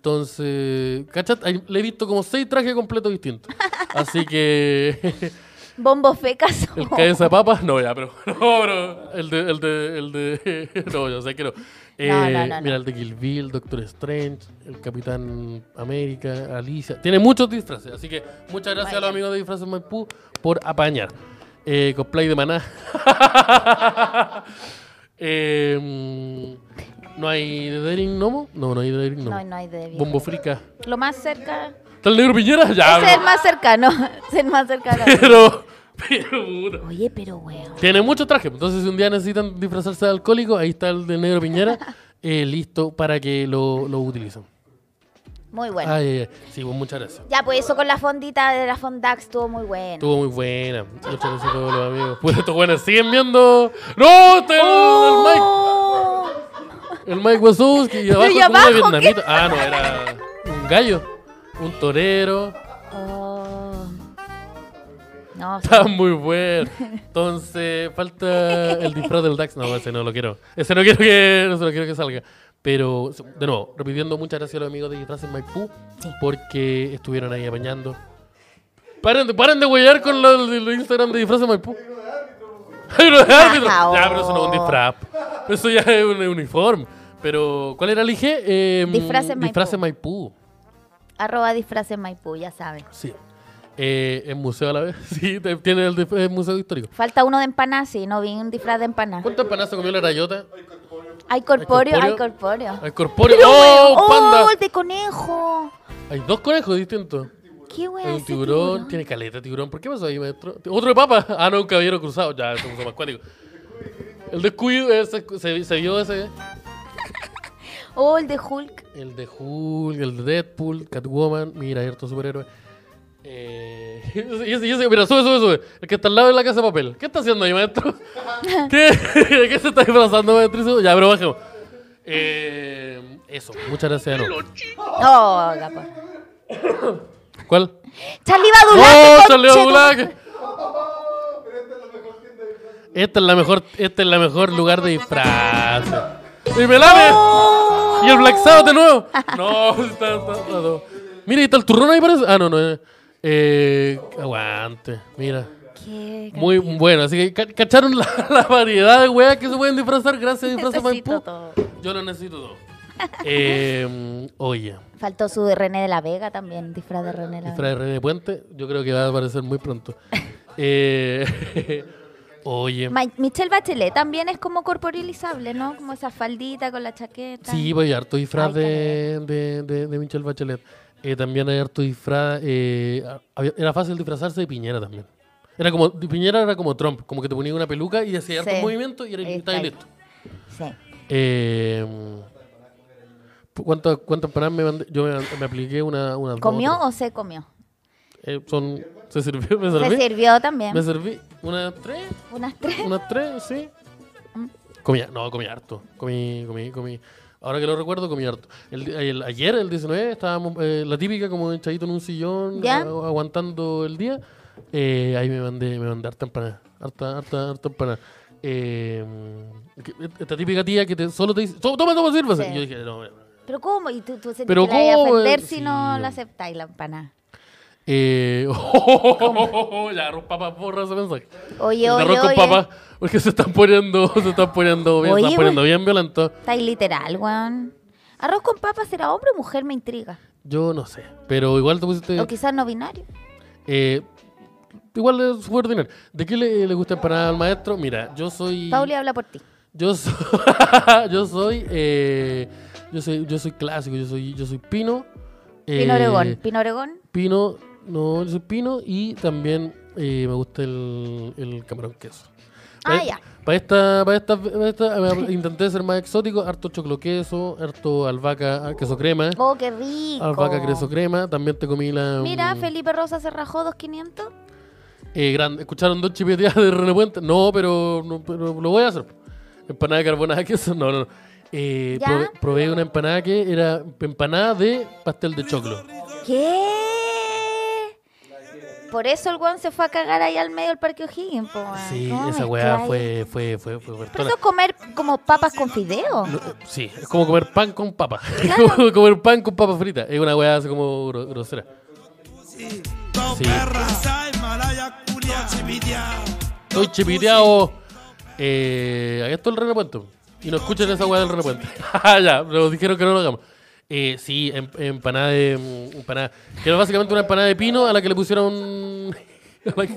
[SPEAKER 1] Entonces, ¿cachai? Ahí Le he visto como seis trajes completos distintos. Así que
[SPEAKER 2] Bombo fecas.
[SPEAKER 1] el cabeza de papas, no, ya, pero no, pero el de, el de, el de, no, yo sé que no. Eh,
[SPEAKER 2] no, no, no.
[SPEAKER 1] Mira, el de Kill Bill, Doctor Strange, el Capitán América, Alicia. Tiene muchos disfraces, así que muchas gracias a los amigos de Disfraces Maipú por apañar. Eh, cosplay de maná. Eh, mm, ¿No hay de Daring Nomo? No, no hay de Daring Nomo.
[SPEAKER 2] No, no hay de bien.
[SPEAKER 1] Bombo Frica.
[SPEAKER 2] Lo más cerca.
[SPEAKER 1] ¿Está el negro Piñera? Ya,
[SPEAKER 2] Ese es el más cercano. Ese es el más cercano.
[SPEAKER 1] pero, pero, puta.
[SPEAKER 2] Oye, pero weón.
[SPEAKER 1] Tiene mucho traje. pues, Entonces, si un día necesitan disfrazarse de alcohólico, ahí está el del negro Piñera, eh, listo para que lo, lo utilicen.
[SPEAKER 2] Muy bueno.
[SPEAKER 1] Ay, ay, ay. Sí, pues, muchas gracias.
[SPEAKER 2] Ya, pues eso con la fondita de la Fondax estuvo muy bueno.
[SPEAKER 1] Estuvo muy buena. Muchas gracias a todos los amigos. Pues estos buenos siguen viendo. ¡No! Está el,
[SPEAKER 2] ¡Oh!
[SPEAKER 1] el Mike. El Mike Wazowski. Y abajo,
[SPEAKER 2] ¿y
[SPEAKER 1] como una
[SPEAKER 2] abajo
[SPEAKER 1] vietnamita.
[SPEAKER 2] qué?
[SPEAKER 1] Ah, no, era un gallo. Un torero.
[SPEAKER 2] Oh. No, sí.
[SPEAKER 1] Está muy bueno. Entonces, falta el disfraz del Dax. No, ese no lo quiero. Ese no quiero que, no se lo quiero que salga. Pero, de nuevo, repitiendo, muchas gracias a los amigos de Disfraces Maipú porque estuvieron ahí apañando. Paren de, paren de huellar con lo- lo- lo Instagram de Disfraces Maipú. Hay uno de árbitro. Ya, pero eso no es un disfraz. Eso ya es un uniforme. Pero, ¿cuál era el IG? Eh,
[SPEAKER 2] Disfraces Maipú.
[SPEAKER 1] Disfraces Maipú.
[SPEAKER 2] Arroba disfraces Maipú, ya saben.
[SPEAKER 1] Sí. Eh, ¿En museo a la vez? Sí, te- tiene el, dif- el museo histórico.
[SPEAKER 2] Falta uno de empaná, sí, no vi un disfraz de empaná.
[SPEAKER 1] ¿Cuántas empanadas se comió la rayota?
[SPEAKER 2] Hay corpóreo,
[SPEAKER 1] ¿Hay
[SPEAKER 2] hay
[SPEAKER 1] corpóreo?
[SPEAKER 2] corpóreo.
[SPEAKER 1] El corpóreo.
[SPEAKER 2] Pero,
[SPEAKER 1] ¡Oh,
[SPEAKER 2] weón,
[SPEAKER 1] panda!
[SPEAKER 2] ¡Oh, el de conejo!
[SPEAKER 1] Hay dos conejos distintos.
[SPEAKER 2] ¿Qué
[SPEAKER 1] Hay
[SPEAKER 2] weón?
[SPEAKER 1] un tiburón, tiene caleta de tiburón. ¿Por qué pasó ahí, maestro? Otro de papa. Ah, no, un caballero cruzado. Ya, eso es más cuático. El de Squid, ese, se, se vio ese.
[SPEAKER 2] Oh, el de Hulk.
[SPEAKER 1] El de Hulk, el de Deadpool, Catwoman. Mira, hay harto superhéroe. Eh, y ese- y ese- mira, sube, sube, sube. El que está al lado de la casa de papel. ¿Qué está haciendo ahí, maestro? ¿Qué, ¿De qué se está disfrazando, maestro? Ya, pero bajemos. Eh, eso, muchas gracias. Ano.
[SPEAKER 2] Oh, la por...
[SPEAKER 1] ¿Cuál?
[SPEAKER 2] Charlie
[SPEAKER 1] ¡Oh,
[SPEAKER 2] Badulaque,
[SPEAKER 1] salió
[SPEAKER 2] conchetum-
[SPEAKER 1] Black! Esta es la mejor, este es la mejor lugar de disfraz. ¡Y Melame!
[SPEAKER 2] Oh.
[SPEAKER 1] ¡Y el Black Sabbath de nuevo! No, está, está, está todo. Mira, ahí está el turrón ahí parece. Ah, no, no. eh. Eh, aguante, mira.
[SPEAKER 2] Qué
[SPEAKER 1] Muy bueno, así que ca- cacharon la, la variedad de weas que se pueden disfrazar gracias a disfraces
[SPEAKER 2] Necesito
[SPEAKER 1] Maipú.
[SPEAKER 2] todo.
[SPEAKER 1] Yo lo necesito todo. Eh, oye,
[SPEAKER 2] Faltó su de René de la Vega también, disfraz de René de la Vega.
[SPEAKER 1] Disfraz de René Puente, yo creo que va a aparecer muy pronto. Eh, oye,
[SPEAKER 2] Ma- Michelle Bachelet también es como corporilizable, ¿no? Como esa faldita con la chaqueta.
[SPEAKER 1] sí, pues hay harto disfraz
[SPEAKER 2] Ay,
[SPEAKER 1] de, de, de, de Michelle Bachelet. Eh, también hay harto disfraz. eh, había- era fácil disfrazarse de Piñera también. Era como, de Piñera era como Trump, como que te ponía una peluca y hacía harto
[SPEAKER 2] Sí.
[SPEAKER 1] movimiento y era
[SPEAKER 2] Ahí
[SPEAKER 1] estaba
[SPEAKER 2] está.
[SPEAKER 1] listo.
[SPEAKER 2] Sí.
[SPEAKER 1] Eh, ¿Cuántas cuántas empanadas me mandé? Yo me, me apliqué una. una
[SPEAKER 2] ¿Comió o se comió?
[SPEAKER 1] Eh, son, ¿Se sirvió? ¿Me
[SPEAKER 2] Se
[SPEAKER 1] serví?
[SPEAKER 2] sirvió también.
[SPEAKER 1] ¿Me serví? ¿Una, tres?
[SPEAKER 2] Unas tres.
[SPEAKER 1] Unas tres, sí.
[SPEAKER 2] Mm.
[SPEAKER 1] Comía, no, comí harto. Comí, comí, comí. Ahora que lo recuerdo, comí harto. El, di- el- ayer, el 19, estábamos, eh, la típica, como echadito en un sillón,
[SPEAKER 2] ¿Ya?
[SPEAKER 1] a- aguantando el día. Eh, ahí me mandé, me mandé harta empanada. Harta, harta, harta empanada. Eh, que- esta típica tía que te, solo te dice, "Toma, toma, toma, sírvase.
[SPEAKER 2] Sí.
[SPEAKER 1] Yo dije, no, no, no.
[SPEAKER 2] ¿Pero cómo? ¿Y tú, tú sentís
[SPEAKER 1] Pero
[SPEAKER 2] que la ibas a
[SPEAKER 1] cómo,
[SPEAKER 2] ofender
[SPEAKER 1] eh,
[SPEAKER 2] si
[SPEAKER 1] sí,
[SPEAKER 2] no la
[SPEAKER 1] hombre.
[SPEAKER 2] aceptáis la empanada?
[SPEAKER 1] Eh, oh, ya, un papá porra ese mensaje.
[SPEAKER 2] Oye,
[SPEAKER 1] El de
[SPEAKER 2] oye,
[SPEAKER 1] arroz con
[SPEAKER 2] oye.
[SPEAKER 1] papá, porque se están poniendo, se están poniendo bien, se
[SPEAKER 2] Oye,
[SPEAKER 1] están poniendo bien violentos.
[SPEAKER 2] Estáis literal, weón. ¿Arroz con papa será hombre o mujer? Me intriga.
[SPEAKER 1] Yo no sé, pero igual te pusiste.
[SPEAKER 2] O quizás no binario.
[SPEAKER 1] eh, igual es subordinar. ¿De qué le, le gusta empanada al maestro? Mira, yo soy.
[SPEAKER 2] Pauli habla por ti.
[SPEAKER 1] Yo soy. yo soy. eh, yo soy. Yo soy clásico, yo soy. Yo soy pino. eh,
[SPEAKER 2] Pino Oregón. Pino Oregón.
[SPEAKER 1] Pino. No, yo soy pino y también eh, me gusta el, el camarón queso.
[SPEAKER 2] Ah,
[SPEAKER 1] Pa-
[SPEAKER 2] ya.
[SPEAKER 1] Para esta, para esta, para esta me- intenté ser más exótico, harto choclo queso, harto albahaca, queso crema.
[SPEAKER 2] Oh, qué rico.
[SPEAKER 1] Albahaca creso crema, también te comí la.
[SPEAKER 2] Mira,
[SPEAKER 1] mm,
[SPEAKER 2] Felipe Rosa se rajó 2500.
[SPEAKER 1] eh, grande. ¿Escucharon dos chipeteadas de René Puente? No, pero, no, pero lo voy a hacer. Empanada de carbonada de queso, no, no. no. Eh,
[SPEAKER 2] ¿Ya?
[SPEAKER 1] prove- probé una empanada que era empanada de pastel de choclo.
[SPEAKER 2] ¿Qué? Por eso el weón se fue a cagar ahí al medio del Parque O'Higgins, po, weón.
[SPEAKER 1] Sí,
[SPEAKER 2] ¿Cómo
[SPEAKER 1] esa
[SPEAKER 2] mezcláis?
[SPEAKER 1] weá fue, fue, fue, fue
[SPEAKER 2] Pero
[SPEAKER 1] fuertona.
[SPEAKER 2] eso es comer como papas con fideo.
[SPEAKER 1] No, eh, Sí, es como comer pan con papa. Es como comer pan con papa frita. Es una weá así como gro- grosera. Sí. Estoy chipiteado. Eh, ahí está el René Puente. Y no escuchen esa weá del René Puente. Ah, ya, nos dijeron que no lo hagamos. Eh, sí, em- empanada de. mm, Empanada. Que era básicamente una empanada de pino a la que le pusieron. a la que-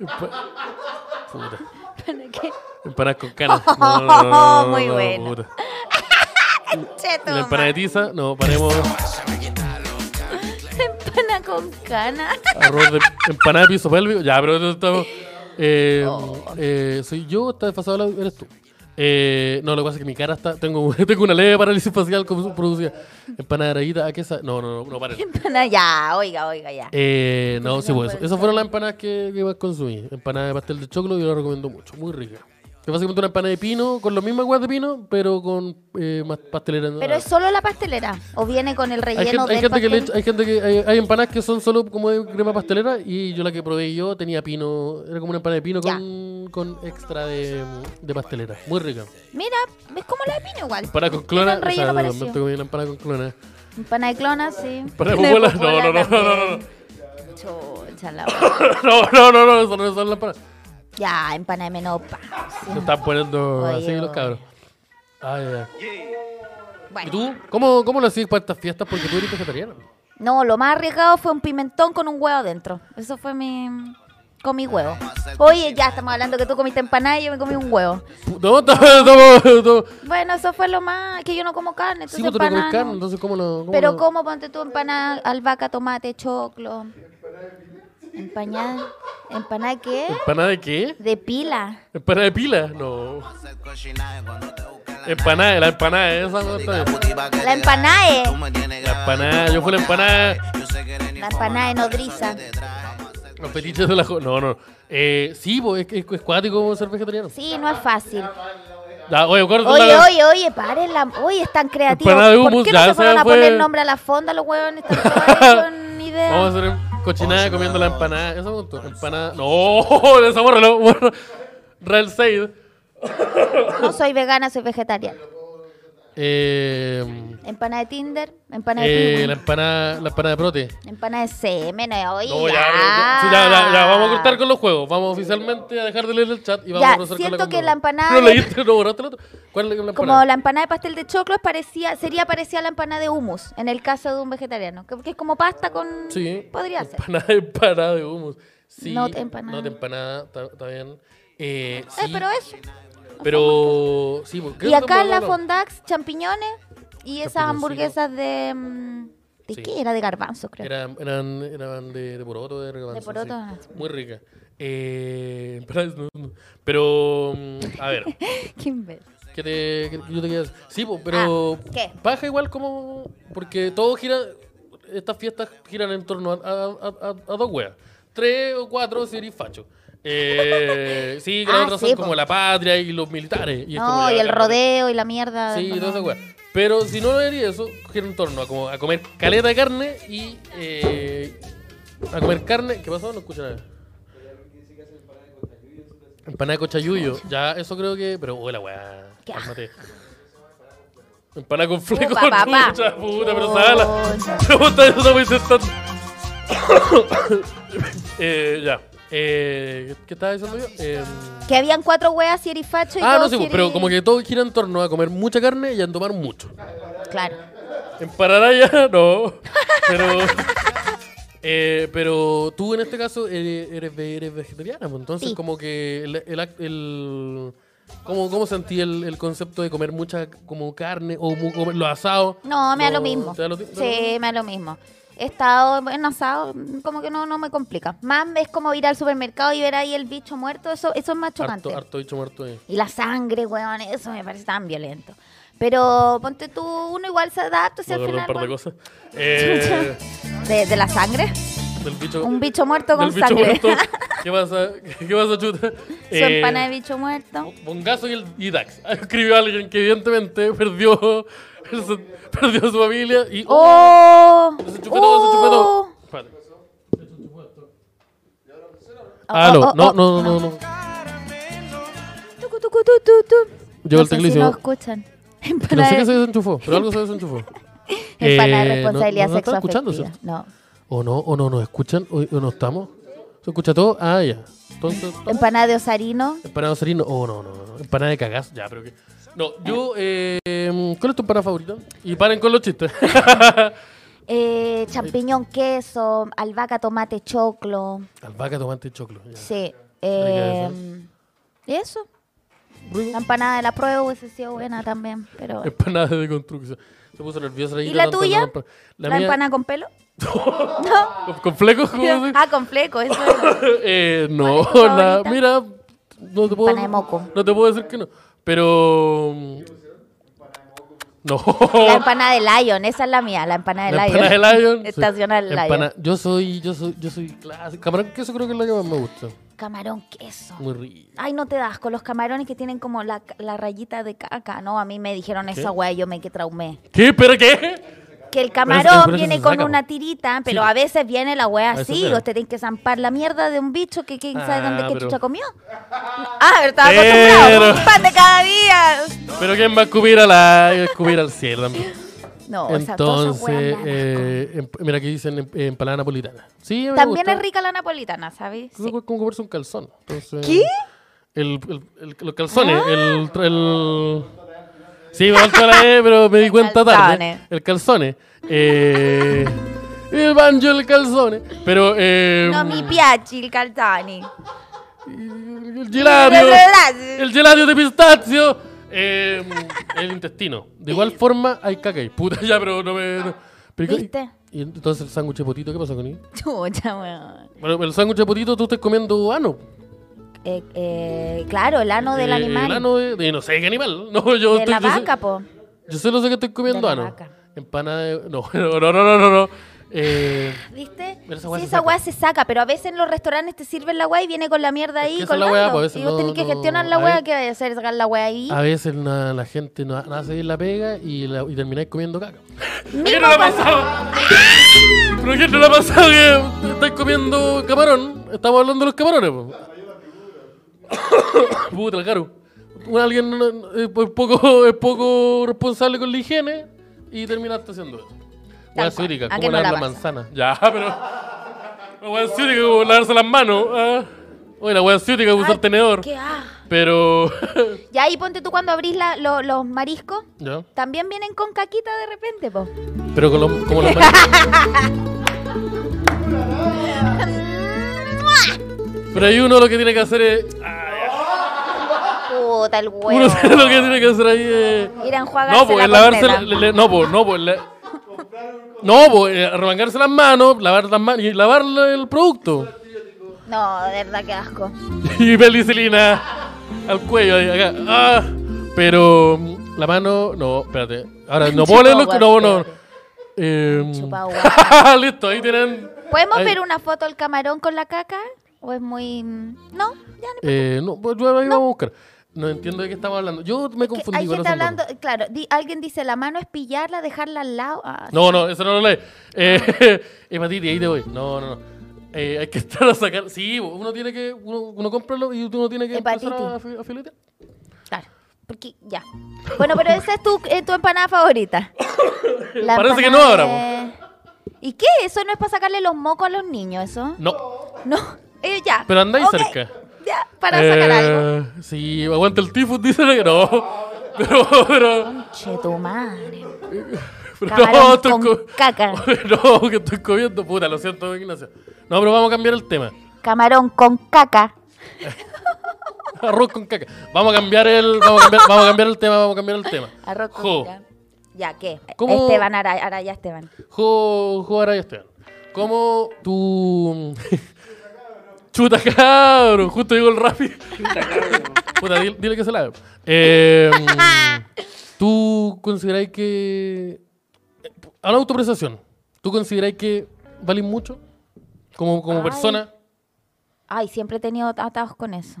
[SPEAKER 1] Empa- Puta.
[SPEAKER 2] ¿Para
[SPEAKER 1] Empanadas
[SPEAKER 2] qué?
[SPEAKER 1] con canas. No, no, no, no, no,
[SPEAKER 2] Muy
[SPEAKER 1] no,
[SPEAKER 2] buena.
[SPEAKER 1] puta.
[SPEAKER 2] Che, tu
[SPEAKER 1] La
[SPEAKER 2] mamá.
[SPEAKER 1] empanada de tiza, no, paremos.
[SPEAKER 2] Empana con cana.
[SPEAKER 1] Arroz de empanada de piso pélvico. Ya, pero no estamos. Eh, eh, soy yo, está desfasado, la- eres tú. Eh, no, lo que pasa es que mi cara está. Tengo, tengo una leve parálisis facial como su- producida. Empanada de rayita, ¿a qué sa- No, no, no, no, paren.
[SPEAKER 2] Empana, ya, oiga, oiga, ya.
[SPEAKER 1] Eh, no, sí,
[SPEAKER 2] no
[SPEAKER 1] pues eso.
[SPEAKER 2] puede
[SPEAKER 1] Esas fueron las empanadas que, que más consumí. Empanada de pastel de choclo, yo la recomiendo mucho, muy rica. Que básicamente una empanada de pino, con los mismos guas de pino, pero con eh, más pastelera.
[SPEAKER 2] Pero es solo la pastelera. O viene con el
[SPEAKER 1] Hay
[SPEAKER 2] relleno
[SPEAKER 1] gente, hay
[SPEAKER 2] del
[SPEAKER 1] gente que le
[SPEAKER 2] pastel?
[SPEAKER 1] echa- hay gente que hay, hay empanadas que son solo como de crema pastelera y yo la que probé yo tenía pino, era como una empanada de pino
[SPEAKER 2] Ya.
[SPEAKER 1] con, con extra de, de pastelera, muy rica.
[SPEAKER 2] Mira, es como la de pino igual.
[SPEAKER 1] Empanada con clona,
[SPEAKER 2] Tiene un relleno
[SPEAKER 1] de
[SPEAKER 2] parecido.
[SPEAKER 1] momento comí una empanada con clona.
[SPEAKER 2] Empana de clona, sí.
[SPEAKER 1] Empana de
[SPEAKER 2] Una
[SPEAKER 1] popola, no, no, no,
[SPEAKER 2] también.
[SPEAKER 1] no, no, no.
[SPEAKER 2] Chucha la wea.
[SPEAKER 1] no, no, no, no, eso no son las empanadas.
[SPEAKER 2] Ya, empana de menopa. Sí.
[SPEAKER 1] Se están poniendo
[SPEAKER 2] Oye,
[SPEAKER 1] así los
[SPEAKER 2] oye.
[SPEAKER 1] cabros. Ay, ay. ¿Y
[SPEAKER 2] Bueno.
[SPEAKER 1] tú? ¿Cómo, ¿Cómo lo hacías para estas fiestas? Porque tú eres vegetariana.
[SPEAKER 2] No, lo más arriesgado fue un pimentón con un huevo adentro. Eso fue mi. Comí huevo. Oye, ya estamos hablando que tú comiste empanada y yo me comí un huevo.
[SPEAKER 1] No, no, no, no.
[SPEAKER 2] Bueno, eso fue lo más. Que yo no como carne, entonces
[SPEAKER 1] Sí, pues vos tenés que comer
[SPEAKER 2] empanada.
[SPEAKER 1] carne,
[SPEAKER 2] no.
[SPEAKER 1] entonces ¿cómo no? cómo
[SPEAKER 2] Pero
[SPEAKER 1] no?
[SPEAKER 2] como ponte tú empanada, albahaca, tomate, choclo. Empanada. ¿Empanada qué?
[SPEAKER 1] ¿Empanada de qué?
[SPEAKER 2] De pila.
[SPEAKER 1] ¿Empanada de pila? No. Empanada, la empanada, esa pues, no está bien.
[SPEAKER 2] La empanada es.
[SPEAKER 1] La empanada, yo fui la empanada.
[SPEAKER 2] La empanada de nodriza.
[SPEAKER 1] Los fetiches de la jo- No, no. Eh, sí, pues es, es, es cuático ser vegetariano.
[SPEAKER 2] Sí, no es fácil.
[SPEAKER 1] Ah, oye, acuérdate
[SPEAKER 2] Oye,
[SPEAKER 1] la-
[SPEAKER 2] oye, oye, párenla. Oye, están creativos.
[SPEAKER 1] Empanada de
[SPEAKER 2] ¿Por
[SPEAKER 1] hummus,
[SPEAKER 2] qué
[SPEAKER 1] ya
[SPEAKER 2] no se
[SPEAKER 1] se
[SPEAKER 2] fueron a
[SPEAKER 1] fue.
[SPEAKER 2] poner nombre a la fonda los huevones? Están todos con
[SPEAKER 1] Vamos a
[SPEAKER 2] ideas.
[SPEAKER 1] hacer cochinada comiendo la empanada. Eso me gustó. Empanada. No, esa bórralo. bórralo. Real Seid.
[SPEAKER 2] No soy vegana, soy vegetariana.
[SPEAKER 1] Eh,
[SPEAKER 2] Empanada de Tinder, empanada de
[SPEAKER 1] eh, la
[SPEAKER 2] Tinder,
[SPEAKER 1] empanada, la empanada de prote.
[SPEAKER 2] empanada de semen. eh, Oye,
[SPEAKER 1] No, ya,
[SPEAKER 2] ya.
[SPEAKER 1] ya, ya, ya, ya, vamos a cortar con los juegos. Vamos oficialmente a dejar de leer el chat y vamos
[SPEAKER 2] Ya,
[SPEAKER 1] a conocer con
[SPEAKER 2] siento
[SPEAKER 1] la
[SPEAKER 2] que
[SPEAKER 1] condoma.
[SPEAKER 2] la empanada
[SPEAKER 1] No
[SPEAKER 2] de-
[SPEAKER 1] leíste, no borraste el otro. ¿Cuál es la
[SPEAKER 2] Como
[SPEAKER 1] empanada?
[SPEAKER 2] la empanada de pastel de choclo es parecía, sería parecida a la empanada de hummus, en el caso de un vegetariano, que, que es como pasta con...
[SPEAKER 1] Sí.
[SPEAKER 2] Podría ser.
[SPEAKER 1] Empanada, empanada de humus. Sí.
[SPEAKER 2] No te empanada.
[SPEAKER 1] No te empanada, está está bien. Eh,
[SPEAKER 2] Eh,
[SPEAKER 1] sí,
[SPEAKER 2] pero eso.
[SPEAKER 1] Pero. Sí, porque-
[SPEAKER 2] Y acá en la
[SPEAKER 1] no, no, no.
[SPEAKER 2] Fondax, champiñones y esas
[SPEAKER 1] Champiñoncito.
[SPEAKER 2] hamburguesas de... mm, ¿De
[SPEAKER 1] Sí.
[SPEAKER 2] qué? Era de garbanzo, creo.
[SPEAKER 1] Eran, eran, eran de, de poroto, de regabanzo,
[SPEAKER 2] De poroto, ah.
[SPEAKER 1] Muy rica. Eh, empanada de desnudo. pero, mm, a ver,
[SPEAKER 2] Qué imbécil.
[SPEAKER 1] ¿qué te, qué- yo te quería decir? Sí, po, pero
[SPEAKER 2] Ah, ¿qué?
[SPEAKER 1] baja igual como... Porque todo gira... Estas fiestas giran en torno a, a- a- a- a dos weas. Tres o cuatro si eres facho. Eh, sí, que
[SPEAKER 2] Ah,
[SPEAKER 1] la otra
[SPEAKER 2] sí,
[SPEAKER 1] son
[SPEAKER 2] po.
[SPEAKER 1] como la patria y los militares. Y es como
[SPEAKER 2] No,
[SPEAKER 1] ya,
[SPEAKER 2] y el
[SPEAKER 1] ya,
[SPEAKER 2] rodeo y la mierda.
[SPEAKER 1] Sí,
[SPEAKER 2] no,
[SPEAKER 1] toda esa
[SPEAKER 2] no.
[SPEAKER 1] weá. Pero si no lo haría eso, gira en torno a, como, a comer caleta de carne y. eh, a comer carne. ¿Qué pasó? No escucho nada. Empanada de cochayuyo. Ya, eso creo que. Pero, hola, weá.
[SPEAKER 2] Qué asco.
[SPEAKER 1] Cálmate. Empanada con fleco.
[SPEAKER 2] Upa, papá.
[SPEAKER 1] chucha, puta, pero
[SPEAKER 2] Oh.
[SPEAKER 1] sala. Me gusta eso, no me intentando. eh, ya. Eh, ¿Qué estaba diciendo yo? Eh,
[SPEAKER 2] Que habían cuatro weas, si eres facho y
[SPEAKER 1] Ah, no
[SPEAKER 2] dos
[SPEAKER 1] sé,
[SPEAKER 2] si eres-
[SPEAKER 1] pero como que todo gira en torno a comer mucha carne y a tomar mucho.
[SPEAKER 2] Claro.
[SPEAKER 1] En Pararaya, no. Pero. eh, pero tú en este caso eres, eres ve- eres vegetariana, pues, entonces
[SPEAKER 2] Sí.
[SPEAKER 1] como que el, el act- el- ¿cómo, cómo sentí el, el concepto de comer mucha como carne o mu- comer los asados?
[SPEAKER 2] No, me da lo mismo.
[SPEAKER 1] ¿Te da lo ti-
[SPEAKER 2] Sí, me da lo mismo. He estado en asado, como que no, no me complica. Más es como ir al supermercado y ver ahí el bicho muerto, eso, eso es más chocante.
[SPEAKER 1] harto, harto dicho muerto ahí.
[SPEAKER 2] Y la sangre, weón, eso me parece tan violento. Pero ponte tú, uno igual se adapta si
[SPEAKER 1] Me
[SPEAKER 2] al
[SPEAKER 1] acuerdo un
[SPEAKER 2] final.
[SPEAKER 1] par de
[SPEAKER 2] weón-
[SPEAKER 1] cosas. Eh,
[SPEAKER 2] ¿De, de la sangre?
[SPEAKER 1] del bicho,
[SPEAKER 2] Un bicho muerto con
[SPEAKER 1] del bicho
[SPEAKER 2] sangre.
[SPEAKER 1] muerto. Eh, ¿Qué pasa? ¿Qué pasa, chuta?
[SPEAKER 2] Su empana de bicho muerto.
[SPEAKER 1] Bongazo y, el, y Dax. Escribió alguien que evidentemente perdió, el sen- perdió a su familia y...
[SPEAKER 2] ¡Oh!
[SPEAKER 1] Se chupó todo, se chupó todo. Espérate.
[SPEAKER 2] Oh,
[SPEAKER 1] Aló,
[SPEAKER 2] oh,
[SPEAKER 1] Ah, no,
[SPEAKER 2] oh.
[SPEAKER 1] no, no, no.
[SPEAKER 2] Tucu, tucu, tu, tu, tu.
[SPEAKER 1] Llegó
[SPEAKER 2] no
[SPEAKER 1] el
[SPEAKER 2] sé si
[SPEAKER 1] teclísimo.
[SPEAKER 2] no escuchan.
[SPEAKER 1] No
[SPEAKER 2] Empanada
[SPEAKER 1] sé
[SPEAKER 2] de-
[SPEAKER 1] qué se desenchufó, pero algo se desenchufó. Eh,
[SPEAKER 2] empanada de
[SPEAKER 1] no-
[SPEAKER 2] responsabilidad
[SPEAKER 1] no, nos están
[SPEAKER 2] sexual
[SPEAKER 1] escuchando, ¿cierto?
[SPEAKER 2] No.
[SPEAKER 1] O no, o no nos escuchan, o, o no estamos. ¿Se escucha todo? Ah, ya.
[SPEAKER 2] Eh.
[SPEAKER 1] Entonces,
[SPEAKER 2] Empanada de osarino.
[SPEAKER 1] empanada de serino. Oh, no, no, no. Empanada de cagazo. Ya, pero que... No, yo... Eh, ¿Cuál es tu empanada favorita? Y paren con los chistes.
[SPEAKER 2] eh, champiñón, queso, albahaca, tomate, choclo.
[SPEAKER 1] Albahaca, tomate y choclo. ya.
[SPEAKER 2] Sí.
[SPEAKER 1] esa.
[SPEAKER 2] eh, y eso.
[SPEAKER 1] Rico.
[SPEAKER 2] La empanada de la prueba hubiese sido buena también. Pero bueno.
[SPEAKER 1] Empanadas de construcción. Se puso nerviosa
[SPEAKER 2] ¿Y
[SPEAKER 1] de
[SPEAKER 2] la
[SPEAKER 1] tanto
[SPEAKER 2] tuya?
[SPEAKER 1] hablar. La,
[SPEAKER 2] ¿La,
[SPEAKER 1] mía,
[SPEAKER 2] empanada con pelo? no.
[SPEAKER 1] ¿Con, con flecos? ¿Cómo se-
[SPEAKER 2] ah, con fleco, eso es.
[SPEAKER 1] eh, no,
[SPEAKER 2] tu favorita?
[SPEAKER 1] la- mira, no te puedo...
[SPEAKER 2] Empanada de moco.
[SPEAKER 1] No te puedo decir que no. Pero... mm, No.
[SPEAKER 2] La empanada de Lion, esa es la mía, la empanada de
[SPEAKER 1] La
[SPEAKER 2] Lion.
[SPEAKER 1] empanada de Lion, sí.
[SPEAKER 2] Estacional Lion.
[SPEAKER 1] Empana- Yo soy, yo soy, yo soy clásico. Camarón queso creo que es la que más me gusta.
[SPEAKER 2] Camarón queso.
[SPEAKER 1] Muy rico.
[SPEAKER 2] Ay, no te das con los camarones que tienen como la, la rayita de caca. No, a mí me dijeron esa weá y yo me que traumé.
[SPEAKER 1] ¿Qué? ¿Pero qué?
[SPEAKER 2] Que el
[SPEAKER 1] pero eso
[SPEAKER 2] camarón
[SPEAKER 1] se
[SPEAKER 2] viene
[SPEAKER 1] saca,
[SPEAKER 2] con
[SPEAKER 1] po.
[SPEAKER 2] una tirita, pero
[SPEAKER 1] Sí.
[SPEAKER 2] a veces viene la weá
[SPEAKER 1] A veces
[SPEAKER 2] así.
[SPEAKER 1] viene.
[SPEAKER 2] Usted tiene que zampar la mierda de un bicho que quién sabe
[SPEAKER 1] Ah,
[SPEAKER 2] dónde qué
[SPEAKER 1] pero-
[SPEAKER 2] chucha comió. Ah, pero estaba
[SPEAKER 1] Pero-
[SPEAKER 2] acostumbrado. Un pan de cada día.
[SPEAKER 1] ¿Pero quién va a escupir, a la, a escupir al cielo también?
[SPEAKER 2] No, esa- todas Oh, esas weas
[SPEAKER 1] Entonces,
[SPEAKER 2] me dan asco.
[SPEAKER 1] eh, emp- mira aquí dicen emp- empanada napolitana. Sí, me
[SPEAKER 2] También
[SPEAKER 1] gusta.
[SPEAKER 2] es rica la napolitana, ¿sabes?
[SPEAKER 1] Creo
[SPEAKER 2] Sí.
[SPEAKER 1] que es como comerse un calzón. Entonces,
[SPEAKER 2] ¿Qué? Ah.
[SPEAKER 1] El, el- el- los calzones, el, el- Sí, me faltó la E, pero me di cuenta tarde.
[SPEAKER 2] Calzones.
[SPEAKER 1] El calzone. Eh, el banjo el calzone. Pero, eh.
[SPEAKER 2] No mi piace il calzani.
[SPEAKER 1] El geladio. El geladio de pistazio. eh, el intestino. De igual forma, hay caca y puta ya, pero no me. no. Pero, ¿y-
[SPEAKER 2] ¿Viste?
[SPEAKER 1] Y entonces el sándwich de potito, ¿qué pasa con él?
[SPEAKER 2] Chucha, weón.
[SPEAKER 1] Bueno, el sándwich de potito tú estás comiendo ano.
[SPEAKER 2] Eh, eh, claro, el ano del
[SPEAKER 1] Eh,
[SPEAKER 2] animal.
[SPEAKER 1] El ano de, de no sé qué animal. No, yo
[SPEAKER 2] de
[SPEAKER 1] estoy-
[SPEAKER 2] la
[SPEAKER 1] yo sé-
[SPEAKER 2] vaca, po.
[SPEAKER 1] Yo solo sé que estoy comiendo
[SPEAKER 2] De la
[SPEAKER 1] ano.
[SPEAKER 2] vaca.
[SPEAKER 1] Empanada de. No, no, no, no, no. no. Eh,
[SPEAKER 2] ¿Viste?
[SPEAKER 1] Pero esa weá
[SPEAKER 2] sí,
[SPEAKER 1] se
[SPEAKER 2] esa
[SPEAKER 1] saca.
[SPEAKER 2] weá se saca, pero a veces en los restaurantes te sirven la weá y viene con la mierda
[SPEAKER 1] Es
[SPEAKER 2] ahí
[SPEAKER 1] que esa es la
[SPEAKER 2] colgando.
[SPEAKER 1] weá, po, a veces
[SPEAKER 2] y vos
[SPEAKER 1] no-
[SPEAKER 2] tenés que
[SPEAKER 1] no-
[SPEAKER 2] gestionar la
[SPEAKER 1] a
[SPEAKER 2] weá
[SPEAKER 1] ver. Ah.
[SPEAKER 2] que vaya a hacer sacar la weá ahí.
[SPEAKER 1] a veces na- la gente no, no hace bien la pega y, la, y termináis comiendo caca.
[SPEAKER 2] Mismo
[SPEAKER 1] ¿Qué no le ha
[SPEAKER 2] cuando-
[SPEAKER 1] pasado? ¿Pero qué no le ha pasado que estáis comiendo camarón? Estamos hablando de los camarones. po. Puta, el caro. Alguien no- es poco, es poco responsable con la higiene y terminaste haciendo eso. Hueá
[SPEAKER 2] cual.
[SPEAKER 1] círica,
[SPEAKER 2] ¿A
[SPEAKER 1] como
[SPEAKER 2] qué no
[SPEAKER 1] lavar la,
[SPEAKER 2] la pasa?
[SPEAKER 1] manzana. Ya, pero. La hueá círica, como lavarse las manos. ah. Oye, la hueá círica, usar
[SPEAKER 2] Ay,
[SPEAKER 1] tenedor.
[SPEAKER 2] qué ah.
[SPEAKER 1] Pero.
[SPEAKER 2] Y ahí ponte tú cuando abrís la- lo- los mariscos,
[SPEAKER 1] ya.
[SPEAKER 2] también vienen con caquita de repente, po.
[SPEAKER 1] Pero con los, como los mariscos. Pero hay uno lo que tiene que hacer es.
[SPEAKER 2] Puta el
[SPEAKER 1] Uno
[SPEAKER 2] huevo.
[SPEAKER 1] lo que tiene que hacer ahí es.
[SPEAKER 2] Ir a enjuagarse
[SPEAKER 1] No, pues
[SPEAKER 2] la
[SPEAKER 1] lavarse.
[SPEAKER 2] corneta.
[SPEAKER 1] la- le- no, pues, no, pues. le- No, pues eh, arrancarse las manos, lavar las manos y lavar el producto.
[SPEAKER 2] No, de verdad que asco.
[SPEAKER 1] Y penicilina al cuello ahí, acá. Ah, pero mm, la mano, no, espérate. Ahora no puedo leer los- no, no. Em,
[SPEAKER 2] Chupa guata.
[SPEAKER 1] listo, ahí tienen.
[SPEAKER 2] ¿Podemos
[SPEAKER 1] ahí-
[SPEAKER 2] ver una foto del camarón con la caca? ¿O es muy.? mm, No, ya no.
[SPEAKER 1] Eh, no, pues yo ahí vamos a buscar. No entiendo de qué estamos hablando. Yo me
[SPEAKER 2] que
[SPEAKER 1] confundí
[SPEAKER 2] Hay
[SPEAKER 1] con
[SPEAKER 2] gente
[SPEAKER 1] esa
[SPEAKER 2] hablando. Claro, di- alguien dice: la mano es pillarla, dejarla al lado. Ah,
[SPEAKER 1] No, no, eso no lo leí. Eh, hepatitis, ahí te voy. No, no, no. Eh, hay que estar a sacar. Sí, uno tiene que. Uno, uno compra lo- y uno tiene que empezar a,
[SPEAKER 2] Hepatitis.
[SPEAKER 1] fi- a filetear.
[SPEAKER 2] Claro. Porque ya. Bueno, pero esa es tu, eh, tu empanada favorita. La
[SPEAKER 1] Parece que
[SPEAKER 2] empanada
[SPEAKER 1] no ahora,
[SPEAKER 2] de- ¿Y qué? ¿Eso no es para sacarle los mocos a los niños, eso?
[SPEAKER 1] No,
[SPEAKER 2] No. Eh, ya.
[SPEAKER 1] pero andáis
[SPEAKER 2] Ok,
[SPEAKER 1] cerca.
[SPEAKER 2] Ya, para sacar algo.
[SPEAKER 1] algo. Eh, Sí, aguanta el tifus, dice que no. Pero, pero.
[SPEAKER 2] Che, tu madre.
[SPEAKER 1] pero
[SPEAKER 2] Camarón
[SPEAKER 1] estoy
[SPEAKER 2] con
[SPEAKER 1] co-
[SPEAKER 2] caca.
[SPEAKER 1] No, que estoy comiendo. Puta, lo siento, Ignacio. No, pero vamos a cambiar el tema.
[SPEAKER 2] Camarón con caca.
[SPEAKER 1] Arroz con caca. Vamos a cambiar el. Vamos a cambiar, vamos a cambiar el tema, vamos a cambiar el tema.
[SPEAKER 2] Arroz con
[SPEAKER 1] Jo.
[SPEAKER 2] caca. Ya, ¿qué?
[SPEAKER 1] ¿Cómo-
[SPEAKER 2] Esteban Ara- Araya Esteban.
[SPEAKER 1] Jo, jo Araya Esteban. ¿Cómo tu. Chuta cabrón, justo llegó el rapi. Puta, dile, dile que se lave. Eh, ¿Tú consideráis que. A la autoprestación, ¿tú consideráis que valís mucho? Como, como
[SPEAKER 2] Ay.
[SPEAKER 1] persona.
[SPEAKER 2] Ay, siempre he tenido atados con eso.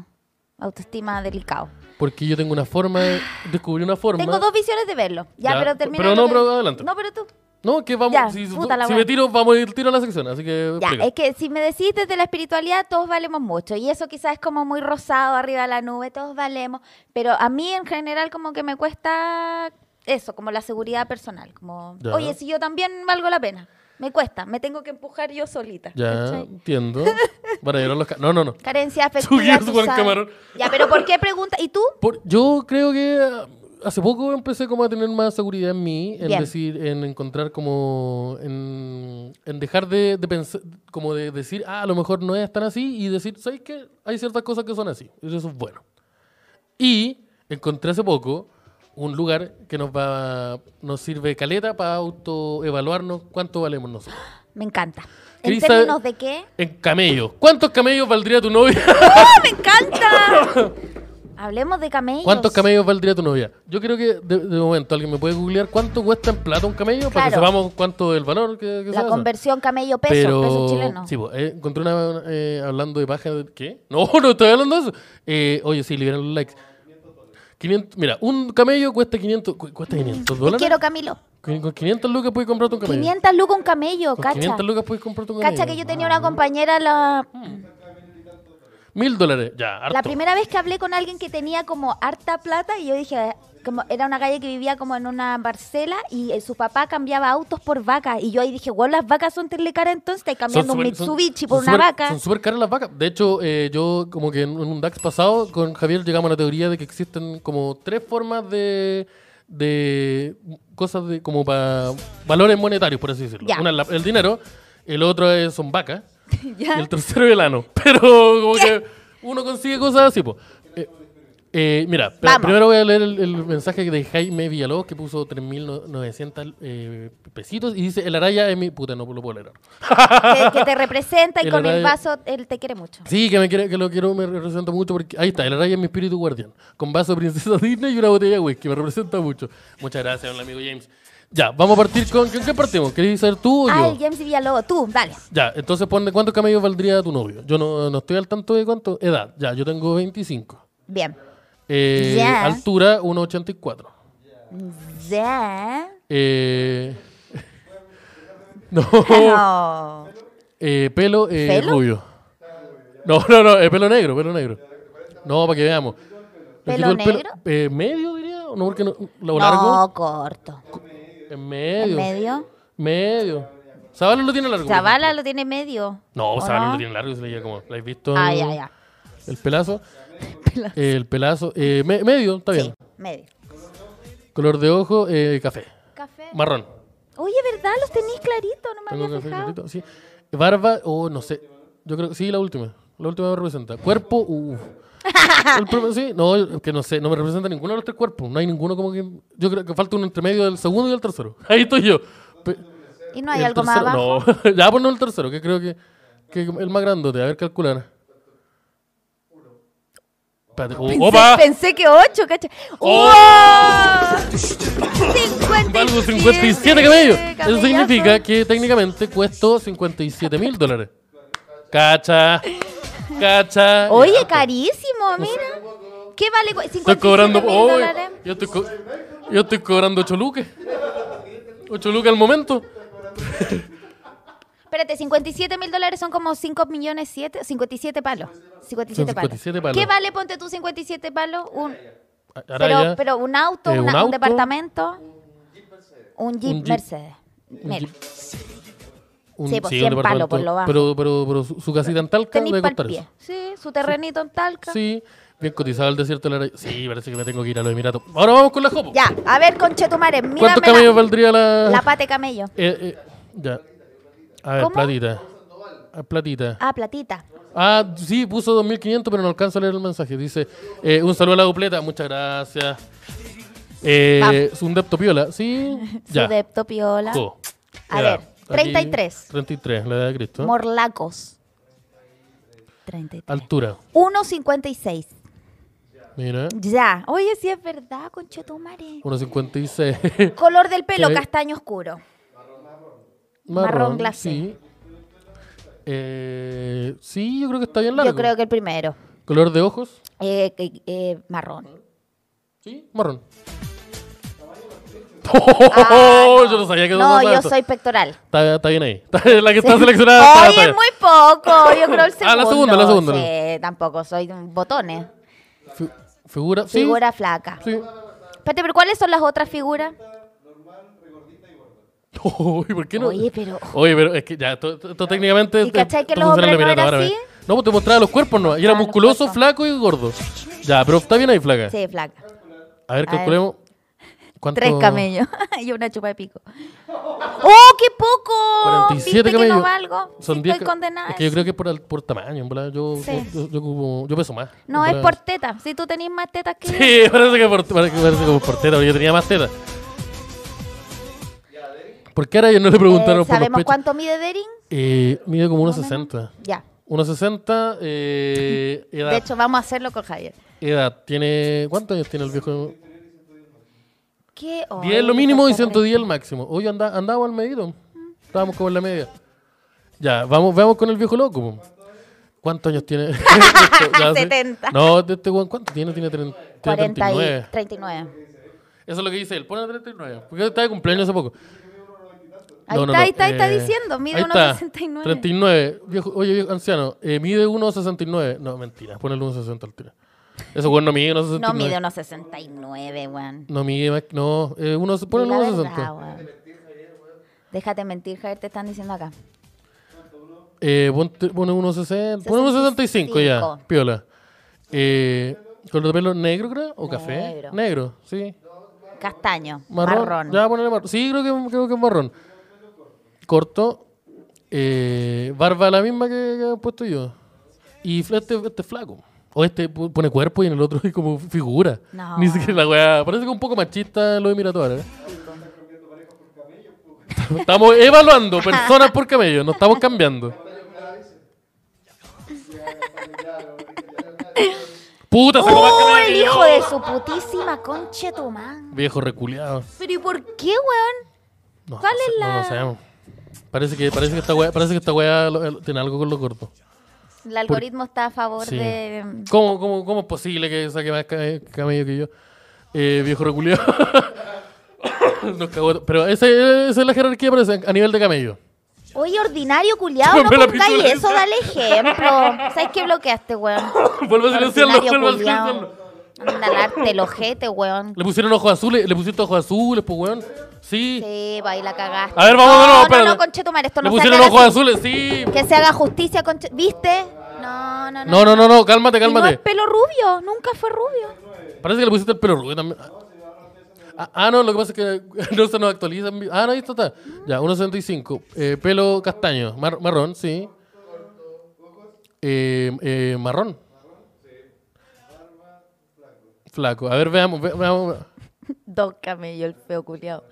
[SPEAKER 2] Autoestima delicado.
[SPEAKER 1] Porque yo tengo una forma de. Descubrí una forma.
[SPEAKER 2] Tengo dos visiones de verlo. Ya,
[SPEAKER 1] Ya,
[SPEAKER 2] pero termina.
[SPEAKER 1] pero no,
[SPEAKER 2] lo que-
[SPEAKER 1] pero adelante.
[SPEAKER 2] No, pero tú.
[SPEAKER 1] No, que vamos.
[SPEAKER 2] Ya,
[SPEAKER 1] si si
[SPEAKER 2] puta la
[SPEAKER 1] me
[SPEAKER 2] wea.
[SPEAKER 1] tiro, vamos a ir tiro a la sección. Así que.
[SPEAKER 2] Ya, eh.
[SPEAKER 1] explica.
[SPEAKER 2] es que si me decís desde la espiritualidad, todos valemos mucho. Y eso quizás es como muy rosado arriba de la nube, todos valemos. Pero a mí en general como que me cuesta eso, como la seguridad personal. Como,
[SPEAKER 1] Ya.
[SPEAKER 2] oye, si yo también valgo la pena. Me cuesta, me tengo que empujar yo solita.
[SPEAKER 1] Ya,
[SPEAKER 2] ¿cachai?
[SPEAKER 1] entiendo. Para llegar a los. ca- No, no, no.
[SPEAKER 2] Carencia
[SPEAKER 1] Tú
[SPEAKER 2] afectiva.
[SPEAKER 1] guías,
[SPEAKER 2] tú
[SPEAKER 1] Juan
[SPEAKER 2] sabes.
[SPEAKER 1] Camarón.
[SPEAKER 2] Ya, pero ¿por qué pregunta? ¿Y tú?
[SPEAKER 1] Por- yo creo que ah, hace poco empecé como a tener más seguridad en mí, en
[SPEAKER 2] Bien.
[SPEAKER 1] decir, en encontrar como, en, en dejar de, de pensar, como de decir, ah, a lo mejor no es tan así, y decir, ¿sabes qué? Hay ciertas cosas que son así, y eso es bueno. Y encontré hace poco un lugar que nos va, nos sirve caleta para autoevaluarnos cuánto valemos nosotros.
[SPEAKER 2] Me encanta. ¿En
[SPEAKER 1] Querís
[SPEAKER 2] términos
[SPEAKER 1] saber-
[SPEAKER 2] de qué?
[SPEAKER 1] En camellos. ¿Cuántos camellos valdría tu novia?
[SPEAKER 2] ¡Ah, ¡Me encanta! Hablemos de camellos.
[SPEAKER 1] ¿Cuántos camellos valdría tu novia? Yo creo que de, de momento alguien me puede googlear cuánto cuesta en plata un camello para que
[SPEAKER 2] Claro.
[SPEAKER 1] sepamos cuánto es el valor que, que se
[SPEAKER 2] La
[SPEAKER 1] hace.
[SPEAKER 2] conversión camello-peso,
[SPEAKER 1] Pero,
[SPEAKER 2] peso chileno.
[SPEAKER 1] Sí, pues, eh, encontré una, una, eh, hablando de paja. de- ¿Qué? No, no estoy hablando de eso. Eh, oye, sí, liberan los likes. 500, mira, un camello cuesta 500, cu- cuesta 500
[SPEAKER 2] Te
[SPEAKER 1] dólares.
[SPEAKER 2] Mm, quiero, Camilo.
[SPEAKER 1] Con con 500 lucas puedes comprarte un camello.
[SPEAKER 2] 500 lucas un camello,
[SPEAKER 1] Con
[SPEAKER 2] cacha.
[SPEAKER 1] 500 Pues, lucas puedes comprarte un camello.
[SPEAKER 2] Cacha que yo tenía una compañera, la,
[SPEAKER 1] Mil dólares, ya, harto.
[SPEAKER 2] la primera vez que hablé con alguien que tenía como harta plata y yo dije, como era una calle que vivía como en una parcela y eh, su papá cambiaba autos por vacas y yo ahí dije, wow, las vacas son telecaras entonces, estáis
[SPEAKER 1] Son
[SPEAKER 2] cambiando un
[SPEAKER 1] súper- son-
[SPEAKER 2] Mitsubishi
[SPEAKER 1] son
[SPEAKER 2] por una
[SPEAKER 1] súper-
[SPEAKER 2] vaca.
[SPEAKER 1] Son súper caras las vacas. De hecho, eh, yo como que en un DAX pasado con Javier llegamos a la teoría de que existen como tres formas de, de cosas de, como para valores monetarios, por así decirlo.
[SPEAKER 2] Ya.
[SPEAKER 1] Una es la- el dinero, el otro es, son vacas,
[SPEAKER 2] Ya.
[SPEAKER 1] y el tercero es el ano. Pero como que uno consigue cosas así, pues. mira, pero
[SPEAKER 2] Vamos.
[SPEAKER 1] primero voy a leer el, el mensaje de Jaime Villalobos que puso 3.900 eh, pesitos y dice, el araya es mi... Puta, no lo puedo leer. ahora.
[SPEAKER 2] que, que te representa y
[SPEAKER 1] El
[SPEAKER 2] con el
[SPEAKER 1] horario-
[SPEAKER 2] vaso él te quiere mucho.
[SPEAKER 1] Sí, que me quiere, que lo quiero, me representa mucho porque ahí está, el araya es mi espíritu guardián, con vaso princesa Disney y una botella de whisky, me representa mucho. Muchas gracias, hola, amigo James. Ya, vamos a partir con ¿con qué partimos? ¿Querés ser tú o yo?
[SPEAKER 2] Ah, el James Villalobos, tú, dale.
[SPEAKER 1] Ya, entonces ponle cuántos camellos valdría tu novio. Yo no, no estoy al tanto de cuánto edad. Ya, yo tengo 25.
[SPEAKER 2] Bien.
[SPEAKER 1] Eh,
[SPEAKER 2] Ya.
[SPEAKER 1] Altura 1.84.
[SPEAKER 2] Ya.
[SPEAKER 1] Eh, Ah, no.
[SPEAKER 2] No.
[SPEAKER 1] Eh, pelo eh,
[SPEAKER 2] ¿Pelo?
[SPEAKER 1] rubio. No, no, no, eh, pelo negro, pelo negro. No, para que veamos. Le
[SPEAKER 2] ¿Pelo
[SPEAKER 1] quito el
[SPEAKER 2] negro?
[SPEAKER 1] eh, medio, diría. No, porque no, lo largo.
[SPEAKER 2] No, corto.
[SPEAKER 1] En
[SPEAKER 2] ¿En
[SPEAKER 1] medio.
[SPEAKER 2] medio?
[SPEAKER 1] Medio. Zavala lo tiene largo. por
[SPEAKER 2] Zavala
[SPEAKER 1] ejemplo.
[SPEAKER 2] lo tiene medio.
[SPEAKER 1] pues. No,
[SPEAKER 2] ¿o
[SPEAKER 1] Zavala
[SPEAKER 2] no?
[SPEAKER 1] lo tiene largo, se le llega como. ¿La has visto?
[SPEAKER 2] Ah, ya, ya.
[SPEAKER 1] El pelazo. El pelazo. eh, me- medio, está bien.
[SPEAKER 2] Sí, medio.
[SPEAKER 1] Color de ojo, eh, café.
[SPEAKER 2] Café.
[SPEAKER 1] Marrón.
[SPEAKER 2] Oye, ¿verdad? Los tenéis clarito, no me
[SPEAKER 1] Tengo
[SPEAKER 2] había
[SPEAKER 1] café
[SPEAKER 2] fijado.
[SPEAKER 1] clarito, sí. Barba, o no sé. Yo creo que sí, la última. La última me representa. Cuerpo, uff. sí, no, es que no sé, no me representa ninguno de los tres cuerpos. No hay ninguno como que. Yo creo que falta un entremedio del segundo y el tercero. Ahí estoy yo. Pe-
[SPEAKER 2] ¿Y no hay
[SPEAKER 1] el
[SPEAKER 2] algo más
[SPEAKER 1] tercero-
[SPEAKER 2] abajo?
[SPEAKER 1] No, ya ponemos el tercero, que creo que, que el más grandote. A ver, calcular. Espérate. oh,
[SPEAKER 2] Pensé,
[SPEAKER 1] ¡Opa!
[SPEAKER 2] pensé que 8, cacha.
[SPEAKER 1] ¡Oh!
[SPEAKER 2] ¡Wow! 57.
[SPEAKER 1] Valgo 57 camellos. Eso
[SPEAKER 2] cabellazo.
[SPEAKER 1] significa que técnicamente cuestó 57 mil dólares. Cacha. Cacha.
[SPEAKER 2] Oye,
[SPEAKER 1] Ya,
[SPEAKER 2] carísimo, mira. ¿Qué vale cu- 57
[SPEAKER 1] Estoy cobrando.
[SPEAKER 2] mil
[SPEAKER 1] oh,
[SPEAKER 2] dólares?
[SPEAKER 1] yo, estoy co- yo estoy cobrando 8 lucas. 8 lucas al momento.
[SPEAKER 2] Espérate, 57 mil dólares son como 5 millones 7, 57 palos. 57 palos.
[SPEAKER 1] 57 palos.
[SPEAKER 2] ¿Qué vale, ponte tú, 57 palos? Un,
[SPEAKER 1] Ahora
[SPEAKER 2] pero,
[SPEAKER 1] ya,
[SPEAKER 2] pero un auto,
[SPEAKER 1] eh,
[SPEAKER 2] una-
[SPEAKER 1] un
[SPEAKER 2] un,
[SPEAKER 1] auto.
[SPEAKER 2] departamento. Un Jeep
[SPEAKER 1] Jeep.
[SPEAKER 2] Mercedes. Mira,
[SPEAKER 1] Jeep. un,
[SPEAKER 2] sí, pues,
[SPEAKER 1] un
[SPEAKER 2] 100 palos,
[SPEAKER 1] departamento.
[SPEAKER 2] por lo bajo.
[SPEAKER 1] Pero, pero, pero su, su casita en Talca
[SPEAKER 2] tenéis
[SPEAKER 1] debe
[SPEAKER 2] pa'l
[SPEAKER 1] costar
[SPEAKER 2] pie.
[SPEAKER 1] eso.
[SPEAKER 2] Sí, su terrenito en Talca.
[SPEAKER 1] Sí, bien cotizado el desierto de la Araya. Sí, parece que me tengo que ir a los Emiratos. Ahora vamos con la Jopo.
[SPEAKER 2] Ya, a ver, conchetumare, mírame
[SPEAKER 1] ¿Cuántos
[SPEAKER 2] la-
[SPEAKER 1] camellos valdría la,
[SPEAKER 2] La pate camello.
[SPEAKER 1] Eh, eh, ya. A ver,
[SPEAKER 2] ¿Cómo?
[SPEAKER 1] platita. Ah, platita.
[SPEAKER 2] Ah, platita.
[SPEAKER 1] Ah, sí, puso 2.500, pero no alcanzo a leer el mensaje. Dice, eh, un saludo a la dupleta, muchas gracias. Eh, es un depto piola, sí.
[SPEAKER 2] Su
[SPEAKER 1] Ya.
[SPEAKER 2] depto piola.
[SPEAKER 1] Jo.
[SPEAKER 2] A
[SPEAKER 1] Edad.
[SPEAKER 2] ver,
[SPEAKER 1] Aquí,
[SPEAKER 2] 33.
[SPEAKER 1] 33, la edad de Cristo.
[SPEAKER 2] Morlacos. 33.
[SPEAKER 1] Altura,
[SPEAKER 2] 1.56.
[SPEAKER 1] mira.
[SPEAKER 2] Ya. Oye, sí es verdad, conchetumare.
[SPEAKER 1] 1.56.
[SPEAKER 2] Color del pelo,
[SPEAKER 1] ¿Qué?
[SPEAKER 2] castaño oscuro.
[SPEAKER 1] Marrón,
[SPEAKER 2] Marrón glacé.
[SPEAKER 1] Sí. Eh, sí, yo creo que está bien largo.
[SPEAKER 2] Yo creo que el primero.
[SPEAKER 1] Color de ojos,
[SPEAKER 2] Eh, eh, eh, marrón.
[SPEAKER 1] sí, marrón.
[SPEAKER 2] Ah,
[SPEAKER 1] Oh, Yo no sabía que
[SPEAKER 2] No,
[SPEAKER 1] pasaba
[SPEAKER 2] yo
[SPEAKER 1] esto.
[SPEAKER 2] soy pectoral.
[SPEAKER 1] Está, está bien ahí. Está- la que está seleccionada. está-
[SPEAKER 2] Oye,
[SPEAKER 1] está
[SPEAKER 2] es
[SPEAKER 1] bien.
[SPEAKER 2] muy poco. Yo creo el segundo.
[SPEAKER 1] Ah, la segunda, la segunda,
[SPEAKER 2] Sí, tampoco soy de un botones.
[SPEAKER 1] Fi- figura, sí.
[SPEAKER 2] Figura flaca.
[SPEAKER 1] Sí.
[SPEAKER 2] Espérate, pero ¿cuáles son las otras figuras?
[SPEAKER 1] Uy, ¿por qué no?
[SPEAKER 2] Oye, pero-
[SPEAKER 1] Oye, pero es que ya, esto esto técnicamente.
[SPEAKER 2] ¿Y
[SPEAKER 1] esto-
[SPEAKER 2] cachai que
[SPEAKER 1] esto
[SPEAKER 2] los
[SPEAKER 1] funciona en
[SPEAKER 2] hombres no
[SPEAKER 1] Emiratos
[SPEAKER 2] eran
[SPEAKER 1] Árabes.
[SPEAKER 2] así?
[SPEAKER 1] No, pues te mostraba los cuerpos, ¿no? Y era
[SPEAKER 2] Ah, los
[SPEAKER 1] musculoso,
[SPEAKER 2] cuerpos.
[SPEAKER 1] flaco y gordo. Ya, pero está bien ahí, flaca.
[SPEAKER 2] Sí, flaca.
[SPEAKER 1] A ver,
[SPEAKER 2] A ver.
[SPEAKER 1] calculemos. ¿Cuánto?
[SPEAKER 2] Tres camellos y una chupa de pico. ¡Oh, qué poco!
[SPEAKER 1] 47
[SPEAKER 2] ¿Viste
[SPEAKER 1] camellos.
[SPEAKER 2] que no valgo?
[SPEAKER 1] Son
[SPEAKER 2] Sí,
[SPEAKER 1] 10
[SPEAKER 2] estoy
[SPEAKER 1] ca-
[SPEAKER 2] condenada.
[SPEAKER 1] Es que yo creo que es por, al- por tamaño, en ¿verdad? Yo,
[SPEAKER 2] Sí.
[SPEAKER 1] yo, yo ocupo- yo peso más.
[SPEAKER 2] No,
[SPEAKER 1] en
[SPEAKER 2] es
[SPEAKER 1] verdad.
[SPEAKER 2] por teta. Si tú tenés más tetas que yo. eh,
[SPEAKER 1] Sí, parece que por, parece, que- parece como por teta, porque yo tenía más teta. ¿Por qué ahora yo no le preguntaron
[SPEAKER 2] Eh,
[SPEAKER 1] por los
[SPEAKER 2] ¿Sabemos
[SPEAKER 1] pechos?
[SPEAKER 2] cuánto mide Dering?
[SPEAKER 1] Eh, mide como 1,60.
[SPEAKER 2] Ya.
[SPEAKER 1] 1,60, eh, edad,
[SPEAKER 2] De hecho, vamos a hacerlo con Javier.
[SPEAKER 1] edad. Tiene, ¿Cuántos años tiene el viejo?
[SPEAKER 2] ¿Qué?
[SPEAKER 1] 10 es lo mínimo y 110 el máximo. Oye, anda, andábamos al medido. Estábamos como en la media. Ya, vamos, vamos con el viejo loco. po. ¿Cuántos años tiene? Ya sé.
[SPEAKER 2] 70.
[SPEAKER 1] No, de este weón, ¿cuánto tiene? Tiene, tren- tiene
[SPEAKER 2] 40
[SPEAKER 1] 39.
[SPEAKER 2] y 39.
[SPEAKER 1] Eso es lo que dice él. Pone 39. Porque está de cumpleaños hace poco.
[SPEAKER 2] Ahí está, ahí está, ahí está diciendo, mide
[SPEAKER 1] Eh, ahí
[SPEAKER 2] 1,69.
[SPEAKER 1] 39. Viejo, oye, viejo, anciano, eh, mide 1,69. No, mentira, ponele 1,60 al tiro. Eso bueno, no mide 1,69.
[SPEAKER 2] No mide unos 69, weón.
[SPEAKER 1] No mide más, no, eh, uno, ponele
[SPEAKER 2] La verdad,
[SPEAKER 1] 1,60.
[SPEAKER 2] weón. Déjate mentir, Javier, te están diciendo acá.
[SPEAKER 1] Eh, ponte- pone 1,60. Pone 1,65 ya,
[SPEAKER 2] 65.
[SPEAKER 1] piola. Eh, ¿Color de pelo negro, creo? ¿O café?
[SPEAKER 2] Negro.
[SPEAKER 1] Negro, sí.
[SPEAKER 2] Castaño.
[SPEAKER 1] Marrón.
[SPEAKER 2] Marrón.
[SPEAKER 1] Ya, ponele marrón. Sí, creo que, creo que es marrón. Corto. Eh, barba la misma que, que he puesto yo. Y fl- este, este es flaco. O este pu- pone cuerpo y en el otro es como figura.
[SPEAKER 2] No.
[SPEAKER 1] Ni siquiera la weá. Parece que un poco machista lo emiratos Estamos evaluando personas por camello, no estamos cambiando. Puta, se
[SPEAKER 2] ¡Oh,
[SPEAKER 1] va a
[SPEAKER 2] el hijo de su putísima conche tu man!
[SPEAKER 1] Viejo reculeado.
[SPEAKER 2] Pero ¿y por qué, weón?
[SPEAKER 1] No,
[SPEAKER 2] ¿Cuál
[SPEAKER 1] no sé-
[SPEAKER 2] es
[SPEAKER 1] No, no
[SPEAKER 2] la-
[SPEAKER 1] sabemos. Parece que, parece que esta weá, parece que esta weá lo- lo- tiene algo con lo corto.
[SPEAKER 2] El algoritmo está a favor
[SPEAKER 1] Sí.
[SPEAKER 2] de... mm,
[SPEAKER 1] ¿Cómo, cómo, cómo es posible que saque más ca- camello que yo? Eh, viejo reculeado. Nos cagó. Pero ese- esa es la jerarquía parece, a nivel de camello.
[SPEAKER 2] Oye, ordinario culiado, no
[SPEAKER 1] Rompe la
[SPEAKER 2] pongáis
[SPEAKER 1] pistola.
[SPEAKER 2] eso, dale ejemplo. ¿Sabes qué bloqueaste, weón?
[SPEAKER 1] Vuelvo a silenciarlo,
[SPEAKER 2] Ordinario
[SPEAKER 1] vuelvo a
[SPEAKER 2] culiao.
[SPEAKER 1] silenciarlo.
[SPEAKER 2] Anda a darte el ojete, weón.
[SPEAKER 1] Le pusieron ojos azules, le pusiste ojos azules, pues weón. Sí.
[SPEAKER 2] Sí, va y la cagaste.
[SPEAKER 1] A ver, vamos de
[SPEAKER 2] no,
[SPEAKER 1] nuevo,
[SPEAKER 2] no, no,
[SPEAKER 1] espérate.
[SPEAKER 2] conchetumare, esto
[SPEAKER 1] le
[SPEAKER 2] no
[SPEAKER 1] pusieron
[SPEAKER 2] se
[SPEAKER 1] ojos
[SPEAKER 2] haga así.
[SPEAKER 1] azules, sí.
[SPEAKER 2] Que se haga justicia, conche... ¿Viste? No, no, no.
[SPEAKER 1] No, no, no, no, cálmate,
[SPEAKER 2] Y No es
[SPEAKER 1] cálmate.
[SPEAKER 2] pelo rubio, nunca fue rubio.
[SPEAKER 1] Parece que le pusiste el pelo rubio también. Ah, ah, no, lo que pasa es que no se nos actualizan. mi- Ah, no, ahí está, está. Ya, 1.65. Eh, pelo castaño, mar- marrón, sí. Eh, eh, marrón. Flaco. A ver, veamos, ve- veamos.
[SPEAKER 2] Dos camellos, el feo culiado.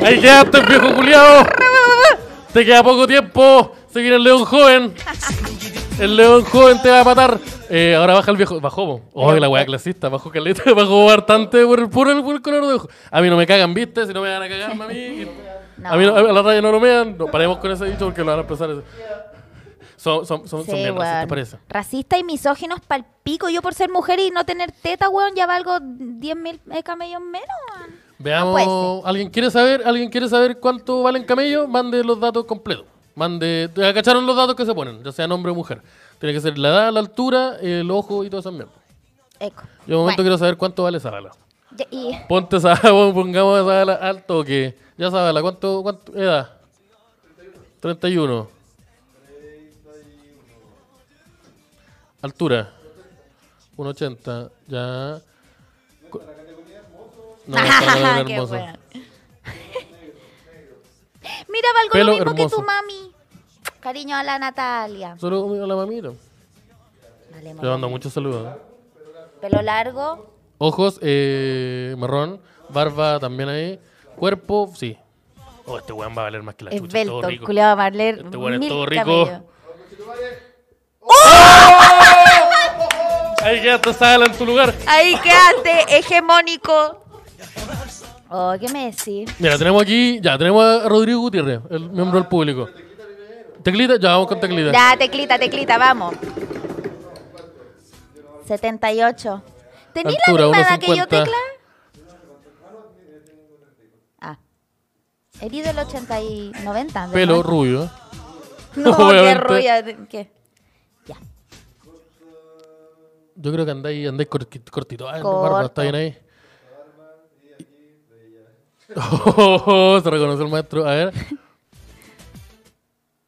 [SPEAKER 1] Ahí quedaste, viejo culiao. Te queda poco tiempo. Se viene el león joven. El león joven te va a matar. Eh, ahora baja el viejo. Bajó, po. Oh, la weá clasista. Bajó caleta. Bajó bastante por el, por el, por el color de ojo. A mí no me cagan, viste. Si no me van a cagar, mami. A mí no- a la raya no lo mean. No, paremos con ese dicho porque lo van a empezar. a- Son, son, son, son bien racistas,
[SPEAKER 2] weón.
[SPEAKER 1] parece.
[SPEAKER 2] Racista y misóginos pa'l pico. Yo por ser mujer y no tener teta, weón, ya valgo 10 mil camellos menos, weón.
[SPEAKER 1] Veamos. ¿Alguien quiere saber? ¿Alguien quiere saber cuánto valen camello? Mande los datos completos. Mande. ¿Te ¿Cacharon los datos que se ponen? Ya sea hombre o mujer. Tiene que ser la edad, la altura, el ojo y todo eso mierdas.
[SPEAKER 2] Eco.
[SPEAKER 1] Yo de momento
[SPEAKER 2] Bueno,
[SPEAKER 1] quiero saber cuánto vale esa bala.
[SPEAKER 2] ya- y
[SPEAKER 1] Ponte esa pongamos esa bala al toque. Ya esa bala, ¿cuánto, cuánto edad? 31. Altura. 1,80. Ya. Cu- No, está la categoría
[SPEAKER 2] Ah, Qué
[SPEAKER 1] hermosa.
[SPEAKER 2] weón. Mira, valgo
[SPEAKER 1] Pelo
[SPEAKER 2] lo mismo que
[SPEAKER 1] hermoso.
[SPEAKER 2] tu mami. Cariño a la Natalia.
[SPEAKER 1] Solo a la mamita.
[SPEAKER 2] Dale,
[SPEAKER 1] Te
[SPEAKER 2] mamá.
[SPEAKER 1] mando muchos saludos.
[SPEAKER 2] Pelo largo.
[SPEAKER 1] Ojos, eh, marrón. Barba también ahí. Cuerpo, sí. Oh, este weón va a valer más que la chucha.
[SPEAKER 2] esbelto.
[SPEAKER 1] todo
[SPEAKER 2] el
[SPEAKER 1] rico.
[SPEAKER 2] culiao va a valer
[SPEAKER 1] Este weón es
[SPEAKER 2] mil
[SPEAKER 1] todo rico.
[SPEAKER 2] camellos.
[SPEAKER 1] Ahí quedaste, sala en tu lugar.
[SPEAKER 2] Ahí quedaste, hegemónico. Oh, ¿qué me decís?
[SPEAKER 1] Mira, tenemos aquí, ya, tenemos a Rodrigo Gutiérrez, el miembro del público. Teclita, ya vamos con teclita.
[SPEAKER 2] Ya, teclita, teclita, vamos. 78. ¿Tení
[SPEAKER 1] Altura,
[SPEAKER 2] la misma edad que yo,
[SPEAKER 1] 1,50.
[SPEAKER 2] tecla? Ah. Eres del 80 y 90. ¿no?
[SPEAKER 1] Pelo rubio.
[SPEAKER 2] No, qué
[SPEAKER 1] obviamente.
[SPEAKER 2] rubia. ¿Qué? Ya.
[SPEAKER 1] Yo creo que andáis, andáis corti- cortito. Ay,
[SPEAKER 2] Corto.
[SPEAKER 1] barba, está bien ahí. Oh, se reconoce el maestro. A ver.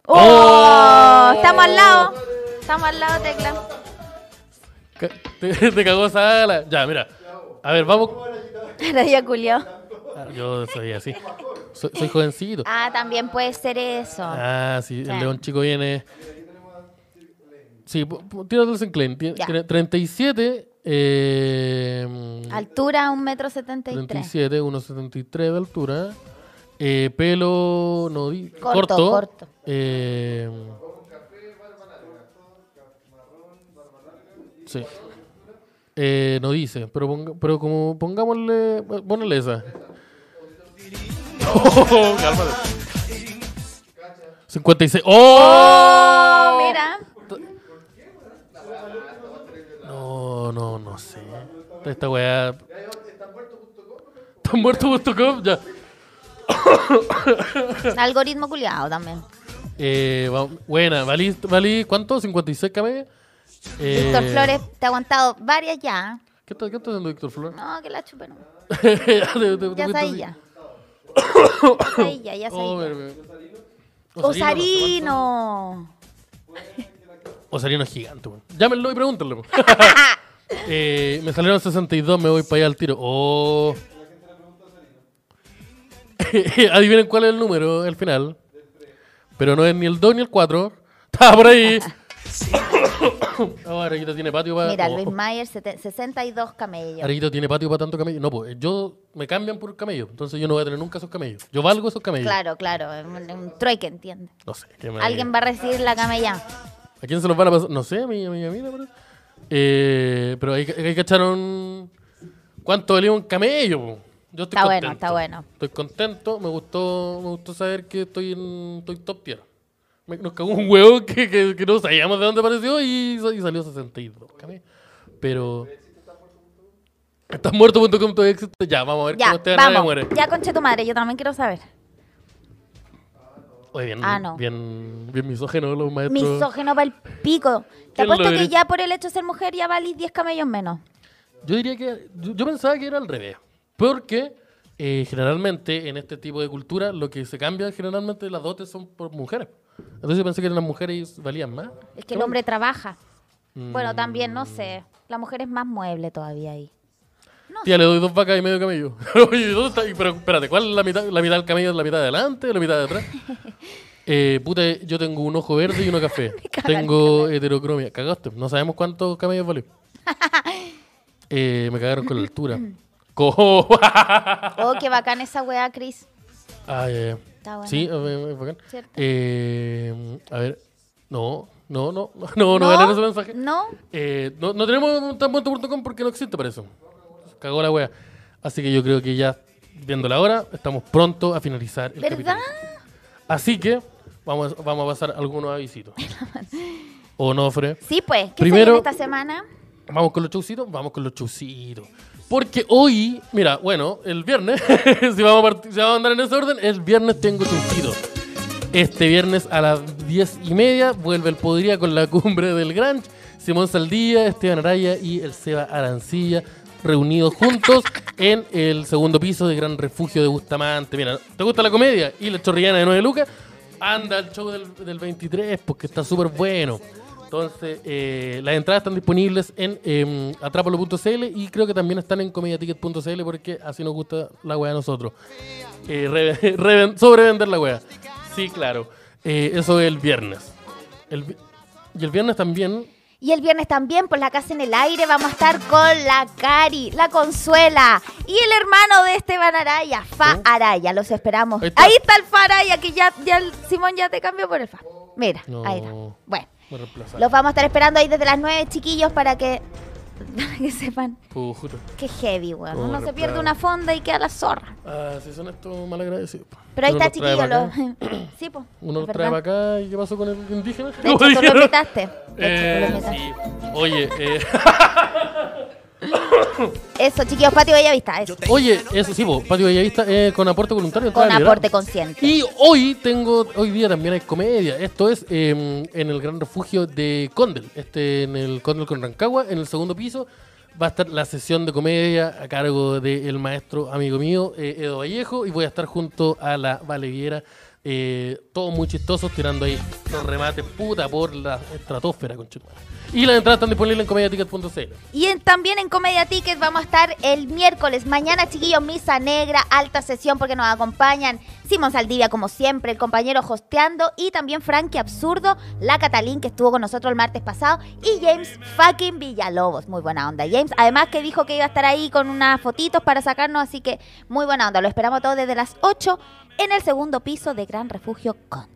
[SPEAKER 2] ¡Oh! Estamos al lado. Estamos al lado, tecla.
[SPEAKER 1] Ca- Te, te cagó Sala. Ya, mira. A ver, vamos.
[SPEAKER 2] Era ya culiao.
[SPEAKER 1] Ah, Yo soy así. Soy, soy jovencito.
[SPEAKER 2] Ah, también puede ser eso.
[SPEAKER 1] Ah, sí, el
[SPEAKER 2] Claro.
[SPEAKER 1] león chico viene. Sí, po- po- tírate el Sinclair. Tiene
[SPEAKER 2] Ya.
[SPEAKER 1] tiene 37. Eh,
[SPEAKER 2] Altura, 1,73 m.
[SPEAKER 1] 37, 1,73 de altura. Eh, pelo no di- corto.
[SPEAKER 2] Corto, corto.
[SPEAKER 1] Eh, sí. Eh, no dice, pero, ponga- pero como pongámosle, ponle esa. Oh, cálmate. 56. ¡Oh!
[SPEAKER 2] Mira.
[SPEAKER 1] No, no, no sé. Esta weá. ¿Está muerto.com? Ya.
[SPEAKER 2] Algoritmo culiao también.
[SPEAKER 1] Eh, va- buena, valí, valí ¿cuánto? ¿56 camellas? Eh,
[SPEAKER 2] Víctor Flores, te ha aguantado varias ya.
[SPEAKER 1] ¿Qué está, qué está haciendo Víctor Flores?
[SPEAKER 2] No, que la chupen.
[SPEAKER 1] Te- te- te-
[SPEAKER 2] Ya
[SPEAKER 1] te-
[SPEAKER 2] sabía.
[SPEAKER 1] te-
[SPEAKER 2] ya. sabía, ya, ya
[SPEAKER 1] Oh,
[SPEAKER 2] sabía.
[SPEAKER 1] mira, mira.
[SPEAKER 2] Osarino.
[SPEAKER 1] Osarino es gigante, weón. Llámenlo y pregúntenle. weón. Eh, me salieron 62, me voy para allá al tiro. Oh. Adivinen cuál es el número, al final. Pero no es ni el 2 ni el 4. Estaba por ahí. Ahora Arequito tiene patio para.
[SPEAKER 2] Mira,
[SPEAKER 1] oh.
[SPEAKER 2] Luis Mayer, sete- 62 camellos.
[SPEAKER 1] Arequito tiene patio para tanto camello. No, pues yo me cambian por camello. Entonces yo no voy a tener nunca esos camellos. Yo valgo esos camellos.
[SPEAKER 2] Claro, claro, un, un trueque, entiende.
[SPEAKER 1] No sé. ¿qué me-
[SPEAKER 2] Alguien va a recibir la camella.
[SPEAKER 1] ¿A quién se los van a pasar? No sé, a mi amiga mía, parece. Eh, pero ahí, ahí cacharon. ¿Cuánto valía un camello? po? Yo estoy
[SPEAKER 2] Está bueno,
[SPEAKER 1] contento.
[SPEAKER 2] está bueno.
[SPEAKER 1] Estoy contento, me gustó, me gustó saber que estoy en estoy top tier. Me- nos cagó un huevo que, que- que no sabíamos de dónde apareció y, sa- y salió 62. camello. Pero. Estás muerto.com todo éxito. Ya, vamos a ver
[SPEAKER 2] Ya,
[SPEAKER 1] cómo este nadie
[SPEAKER 2] vamos.
[SPEAKER 1] muere.
[SPEAKER 2] Ya conche tu madre, yo también quiero saber.
[SPEAKER 1] Oye, bien,
[SPEAKER 2] Ah, no.
[SPEAKER 1] bien, bien misógeno los maestros.
[SPEAKER 2] Misógeno para el pico. Te
[SPEAKER 1] ¿Quién
[SPEAKER 2] apuesto
[SPEAKER 1] lo
[SPEAKER 2] que
[SPEAKER 1] diría?
[SPEAKER 2] ya por el hecho de ser mujer ya valís 10 camellos menos.
[SPEAKER 1] Yo diría que. Yo, yo pensaba que era al revés. Porque eh, generalmente en este tipo de cultura lo que se cambia generalmente las dotes son por mujeres. Entonces yo pensé que las mujeres valían más.
[SPEAKER 2] Es que el hombre trabaja. Bueno, también, no sé.
[SPEAKER 1] Mm.
[SPEAKER 2] La mujer es más mueble todavía ahí.
[SPEAKER 1] Tía, le doy dos vacas y medio camello. Oye, ¿dónde está? Y, Pero espérate, ¿cuál es la mitad? ¿La mitad del camello es la mitad de adelante la mitad de atrás? Eh, puta, yo tengo un ojo verde y uno café.
[SPEAKER 2] cagan,
[SPEAKER 1] tengo heterocromia. Cagaste. No sabemos cuántos camellos valió. Eh, me cagaron con la altura. Cojo.
[SPEAKER 2] Oh, qué bacán esa weá, Cris.
[SPEAKER 1] Ah, ya, ya.
[SPEAKER 2] Está bueno.
[SPEAKER 1] Sí, eh, eh, bacán.
[SPEAKER 2] ¿Cierto?
[SPEAKER 1] Eh, a ver, no, no, no, no, no, no
[SPEAKER 2] ¿No?
[SPEAKER 1] gané ese mensaje.
[SPEAKER 2] No,
[SPEAKER 1] Eh, no, no tenemos un tan buen punto com porque no existe para eso. Cagó la wea. Así que yo creo que ya, viendo la hora, estamos pronto a finalizar el
[SPEAKER 2] ¿verdad?
[SPEAKER 1] capítulo. Así que vamos, vamos a pasar algunos avisitos. Onofre.
[SPEAKER 2] Sí, pues. ¿Qué
[SPEAKER 1] Primero-
[SPEAKER 2] se viene esta semana?
[SPEAKER 1] Vamos con los chaucitos, vamos con los chaucitos. Porque hoy, mira, bueno, el viernes, si, vamos a partir- si vamos a andar en ese orden, el viernes tengo chaucitos. Este viernes a las diez y media vuelve el Podría con la cumbre del Granch. Simón Saldía, Esteban Araya y el Seba Arancilla reunidos juntos en el segundo piso de Gran Refugio de Bustamante. Mira, ¿te gusta la comedia? Y la chorrillana de 9 lucas. Anda al show del, del 23 porque está súper bueno. Entonces, eh, las entradas están disponibles en eh, atrapalo.cl y creo que también están en comediaticket.cl porque así nos gusta la weá a nosotros. Eh, re- reven- sobrevender la wea. Sí, claro. Eh, eso es el viernes. El vi- y el viernes también.
[SPEAKER 2] Y el viernes también, por la casa en el aire, vamos a estar con la Cari, la Consuela y el hermano de Esteban Araya, Fa
[SPEAKER 1] ¿Eh?
[SPEAKER 2] Araya. Los esperamos.
[SPEAKER 1] Ahí está.
[SPEAKER 2] Ahí está el Fa Araya, que ya, ya el Simón ya te cambió por el Fa. Mira,
[SPEAKER 1] No.
[SPEAKER 2] ahí está. Bueno,
[SPEAKER 1] Me reemplazaron.
[SPEAKER 2] los vamos a estar esperando ahí desde las 9, chiquillos, para que, para que sepan
[SPEAKER 1] Puh, justo.
[SPEAKER 2] que es heavy, weón.
[SPEAKER 1] Todo
[SPEAKER 2] Uno se
[SPEAKER 1] reemplazado.
[SPEAKER 2] pierde una fonda y queda la zorra.
[SPEAKER 1] Ah, si son estos malagradecidos.
[SPEAKER 2] Pero ahí
[SPEAKER 1] Uno
[SPEAKER 2] está,
[SPEAKER 1] los trae
[SPEAKER 2] chiquillos.
[SPEAKER 1] para acá,
[SPEAKER 2] los- sí, pues.
[SPEAKER 1] Uno
[SPEAKER 2] es
[SPEAKER 1] los trae
[SPEAKER 2] verdad.
[SPEAKER 1] para acá. ¿Y qué pasó con el indígena?
[SPEAKER 2] De
[SPEAKER 1] Como
[SPEAKER 2] hecho, tú lo
[SPEAKER 1] dijeron.
[SPEAKER 2] invitaste. De hecho,
[SPEAKER 1] Eh,
[SPEAKER 2] tú lo invitaste.
[SPEAKER 1] sí. Oye, eh,
[SPEAKER 2] Eso, chiquillos, patio Bellavista. Eso.
[SPEAKER 1] oye, eso sí, po, Patio Bellavista eh, con aporte voluntario.
[SPEAKER 2] Con
[SPEAKER 1] entrada liberal.
[SPEAKER 2] aporte consciente.
[SPEAKER 1] Y hoy tengo, hoy día también hay comedia. Esto es eh, en el Gran Refugio de Condel, este en el Condel con Rancagua, en el segundo piso. Va a estar la sesión de comedia a cargo del maestro amigo mío, eh, Edo Vallejo, y voy a estar junto a la Valeviera, eh, todos muy chistosos, tirando ahí los remates puta por la estratosfera, con Y las entradas están disponibles en comediaticket.cl.
[SPEAKER 2] Y en- también en Comedia Ticket vamos a estar el miércoles. Mañana, chiquillos, misa negra, alta sesión porque nos acompañan Simón Saldivia, como siempre, el compañero hosteando y también Frankie Absurdo, la Catalín que estuvo con nosotros el martes pasado y James fucking Villalobos. Muy buena onda, James. Además que dijo que iba a estar ahí con unas fotitos para sacarnos, así que muy buena onda. Lo esperamos a todos desde las 8 en el segundo piso de Gran Refugio Condel.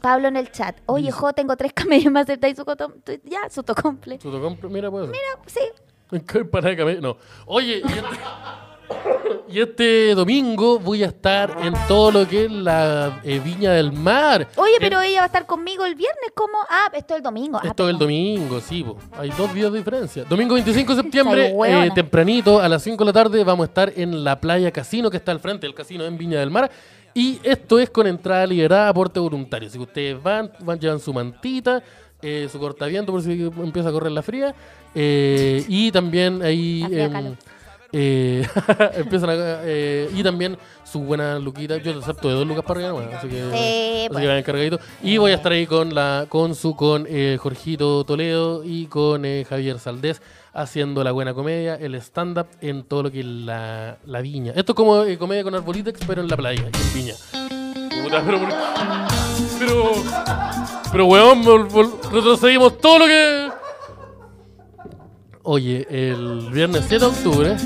[SPEAKER 2] Pablo en el chat. Oye, Jo, tengo tres camellos, me aceptáis su cotón. Ya, su tocomple.
[SPEAKER 1] Su tocomple- Mira, pues.
[SPEAKER 2] Sí,
[SPEAKER 1] ¿Qué parada de camello? No. Oye, y este, y este domingo voy a estar en todo lo que es la eh, Viña del Mar.
[SPEAKER 2] Oye,
[SPEAKER 1] Eh,
[SPEAKER 2] pero ella va a estar conmigo el viernes, ¿cómo? Ah, esto es el domingo. Ah,
[SPEAKER 1] Esto es el
[SPEAKER 2] perdón.
[SPEAKER 1] domingo, sí, po. hay dos días de diferencia. Domingo 25 de septiembre,
[SPEAKER 2] Estáis hueona.
[SPEAKER 1] eh, tempranito, a las 5 de la tarde, vamos a estar en la playa Casino, que está al frente del casino en Viña del Mar. Y esto es con entrada liberada, aporte voluntario. Así que ustedes van, van llevan su mantita, eh, su cortaviento por si empieza a correr la fría. eh, y también ahí...
[SPEAKER 2] La fría
[SPEAKER 1] em,
[SPEAKER 2] calor.
[SPEAKER 1] eh, empiezan a, eh, y también su buena luquita. Yo te acepto de dos lucas para arriba, nomás, así que, así
[SPEAKER 2] pues.
[SPEAKER 1] que vayan cargadito. Y voy a estar ahí con la con su con eh, Jorgito Toledo y con eh, Javier Saldés haciendo la buena comedia, el stand-up en todo lo que es la, la viña. Esto es como eh, comedia con Arbolitex, pero en la playa, y en viña. Puta, pero, por- pero, pero, weón, vol- vol- retrocedimos todo lo que. Oye, el viernes 7 de octubre,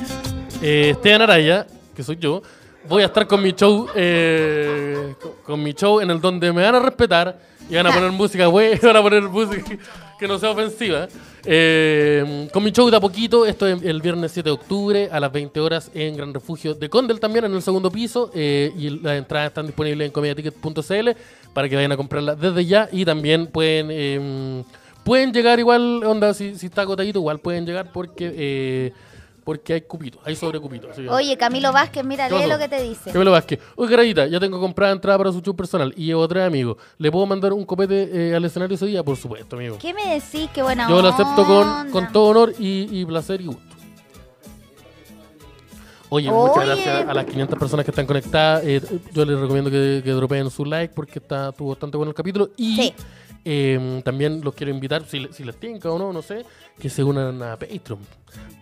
[SPEAKER 1] eh, Esteban Araya, que soy yo, voy a estar con mi show, eh, con, con mi show en el donde me van a respetar y van a poner música buena, van a poner música que no sea ofensiva. Eh, con mi show de a poquito, esto es el viernes 7 de octubre a las 20 horas en Gran Refugio de Condel también, en el segundo piso. eh, y las entradas están disponibles en comediaticket.cl para que vayan a comprarlas desde ya y también pueden... eh, Pueden llegar igual, onda, si, si está agotadito, igual pueden llegar porque eh, porque hay cupitos, hay sobre cupitos. así que-
[SPEAKER 2] Oye, Camilo Vázquez, mira,
[SPEAKER 1] ¿Qué
[SPEAKER 2] lee
[SPEAKER 1] pasó?
[SPEAKER 2] lo que te dice.
[SPEAKER 1] Camilo Vázquez. Oye, Carayita, ya tengo comprada entrada para su show personal y llevo tres amigos. ¿Le puedo mandar un copete eh, al escenario ese día? Por supuesto, amigo.
[SPEAKER 2] ¿Qué me decís? Qué buena
[SPEAKER 1] Yo lo acepto con,
[SPEAKER 2] onda.
[SPEAKER 1] con todo honor y, y placer y gusto. Oye, muchas
[SPEAKER 2] Oye. pues-
[SPEAKER 1] gracias a las 500 personas que están conectadas. Eh, yo les recomiendo que, que dropeen su like porque está estuvo bastante bueno el capítulo. Y
[SPEAKER 2] Sí.
[SPEAKER 1] eh, también los quiero invitar, si, le- si les tinca o no, no sé, que se unan a Patreon.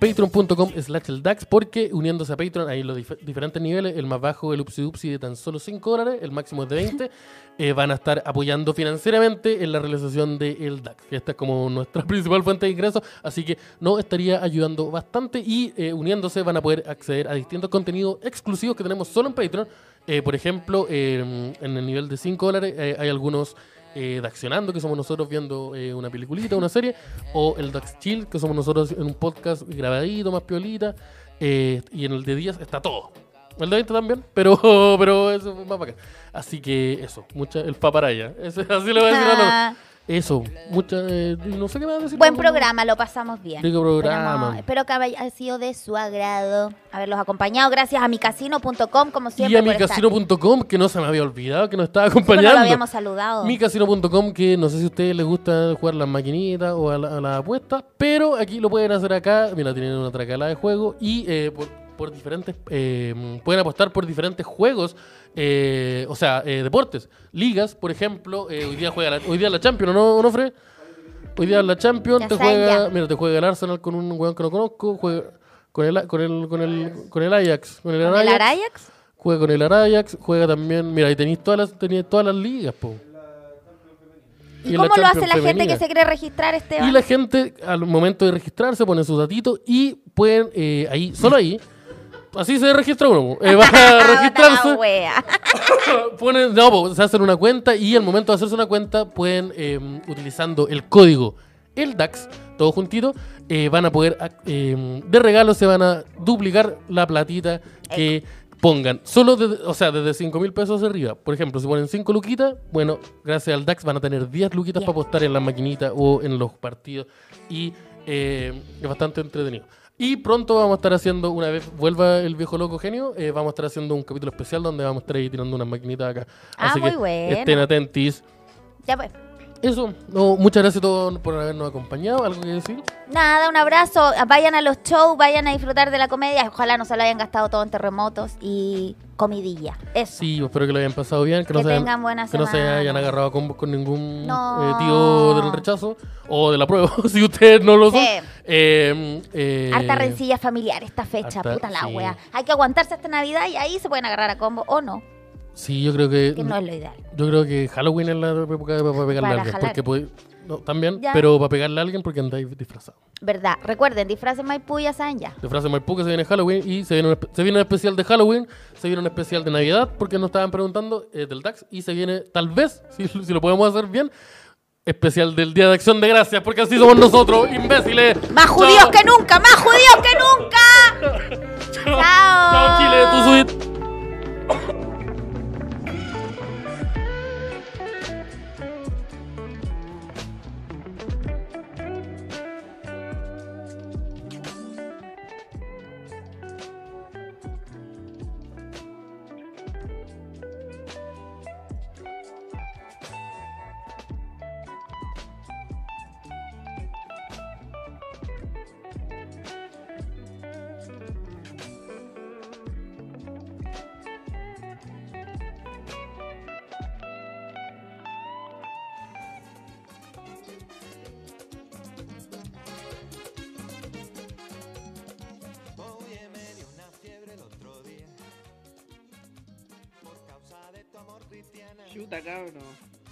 [SPEAKER 1] Patreon.com slash el DAX porque uniéndose a Patreon hay los dif- diferentes niveles. El más bajo, el Upsi Upsi de tan solo 5 dólares, el máximo es de 20. eh, van a estar apoyando financieramente en la realización del DAX, que esta es como nuestra principal fuente de ingresos. Así que nos estaría ayudando bastante y eh, uniéndose van a poder acceder a distintos contenidos exclusivos que tenemos solo en Patreon. Eh, por ejemplo, eh, en el nivel de 5 dólares eh, hay algunos eh, Daccionando, que somos nosotros viendo eh, una peliculita, una serie, o el Dax Chill, que somos nosotros en un podcast grabadito, más piolita, eh, y en el de días está todo. El de 20 también, pero, pero eso es más bacán. Así que eso, mucha, el paparaya. Ese- así le voy a decir a la-
[SPEAKER 2] Ah,
[SPEAKER 1] Eso, mucha, eh, no sé qué me va a decir.
[SPEAKER 2] buen
[SPEAKER 1] no-
[SPEAKER 2] programa, lo pasamos bien.
[SPEAKER 1] Rico programa.
[SPEAKER 2] Esperamos- eh, Espero que haya sido de su agrado haberlos acompañado. Gracias a micasino.com, como
[SPEAKER 1] Y
[SPEAKER 2] siempre.
[SPEAKER 1] a
[SPEAKER 2] por estar-
[SPEAKER 1] micasino.com, que no se me había olvidado que nos estaba
[SPEAKER 2] Siempre no lo
[SPEAKER 1] acompañando.
[SPEAKER 2] habíamos saludado.
[SPEAKER 1] Micasino.com, que no sé si a ustedes les gusta jugar las maquinitas o a la- a las apuestas, pero aquí lo pueden hacer acá. Mira, tienen una tracalada de juego y eh, por, por diferentes. eh, pueden apostar por diferentes juegos, eh, o sea, eh, deportes. Ligas, por ejemplo, eh, hoy día juega la, hoy día la Champions, ¿no, Onofre? Hoy día la Champions
[SPEAKER 2] Ya
[SPEAKER 1] te
[SPEAKER 2] saben,
[SPEAKER 1] juega.
[SPEAKER 2] ya.
[SPEAKER 1] Mira, te juega el Arsenal con un weón que no conozco, juega con el, con el, con el, con el Ajax. Con el,
[SPEAKER 2] ¿Con el Arayax?
[SPEAKER 1] Juega con el Arayax, juega también. Mira, ahí tenéis todas las, tenéis todas las ligas, po.
[SPEAKER 2] ¿Y,
[SPEAKER 1] en
[SPEAKER 2] cómo lo hace
[SPEAKER 1] Champions
[SPEAKER 2] la gente
[SPEAKER 1] femenina.
[SPEAKER 2] que se quiere registrar, este Esteban?
[SPEAKER 1] Y la gente, al momento de registrarse, pone sus datitos y pueden, eh, ahí, solo ahí, así se registra uno. po. Eh, va a
[SPEAKER 2] Ah, bota la
[SPEAKER 1] registrarse,
[SPEAKER 2] wea.
[SPEAKER 1] ponen, no, po, se hacen una cuenta y al momento de hacerse una cuenta, pueden, eh, utilizando el código el DAX, todo juntito, eh, van a poder, ac- eh, de regalo se van a duplicar la platita que pongan. Solo, desde- o sea, desde 5 mil pesos hacia arriba. Por ejemplo, si ponen 5 luquitas, bueno, gracias al DAX van a tener 10 luquitas
[SPEAKER 2] Bien.
[SPEAKER 1] para apostar en la maquinita o en los partidos. Y eh, es bastante entretenido. Y pronto vamos a estar haciendo, una vez vuelva el viejo loco genio, eh, vamos a estar haciendo un capítulo especial donde vamos a estar ahí tirando unas maquinitas acá.
[SPEAKER 2] Ah,
[SPEAKER 1] Así
[SPEAKER 2] muy
[SPEAKER 1] que
[SPEAKER 2] bueno.
[SPEAKER 1] estén atentis.
[SPEAKER 2] Ya pues.
[SPEAKER 1] Eso, no, muchas gracias a todos por habernos acompañado. ¿Algo que decir?
[SPEAKER 2] Nada, un abrazo. Vayan a los shows, vayan a disfrutar de la comedia. Ojalá no se lo hayan gastado todo en terremotos y comidilla. Eso.
[SPEAKER 1] Sí, yo espero que lo hayan pasado bien, que, no,
[SPEAKER 2] Que
[SPEAKER 1] se hayan,
[SPEAKER 2] tengan buena
[SPEAKER 1] que no se
[SPEAKER 2] semana.
[SPEAKER 1] hayan agarrado a combos con ningún
[SPEAKER 2] No.
[SPEAKER 1] eh, tío del rechazo o de la prueba, si ustedes no lo son.
[SPEAKER 2] Sí.
[SPEAKER 1] Eh, eh,
[SPEAKER 2] Harta rencilla familiar esta fecha,
[SPEAKER 1] harta-
[SPEAKER 2] puta la
[SPEAKER 1] sí.
[SPEAKER 2] wea. Hay que aguantarse hasta Navidad y ahí se pueden agarrar a combo o no,
[SPEAKER 1] Sí, yo creo que,
[SPEAKER 2] que no es lo ideal.
[SPEAKER 1] yo creo que Halloween es la época de- para pegarle
[SPEAKER 2] Para
[SPEAKER 1] a alguien.
[SPEAKER 2] jalar.
[SPEAKER 1] Porque puede- no, también,
[SPEAKER 2] Ya.
[SPEAKER 1] pero para pegarle a alguien porque andáis disfrazado.
[SPEAKER 2] ¿Verdad? Recuerden, disfraces Maipú ya saben ya.
[SPEAKER 1] De frase Maipú que se viene Halloween y se viene, un, espe- se viene un especial de Halloween, se viene un especial de Navidad, porque nos estaban preguntando, eh, del DAX, y se viene, tal vez, si, si lo podemos hacer bien, especial del Día de Acción de Gracias, porque así somos nosotros, imbéciles.
[SPEAKER 2] ¡Más
[SPEAKER 1] Chao.
[SPEAKER 2] judíos que nunca! ¡Más judíos que nunca!
[SPEAKER 1] Chao.
[SPEAKER 2] Chao.
[SPEAKER 1] Chao, Chile, tú subiste.
[SPEAKER 3] Chuta, cabrón.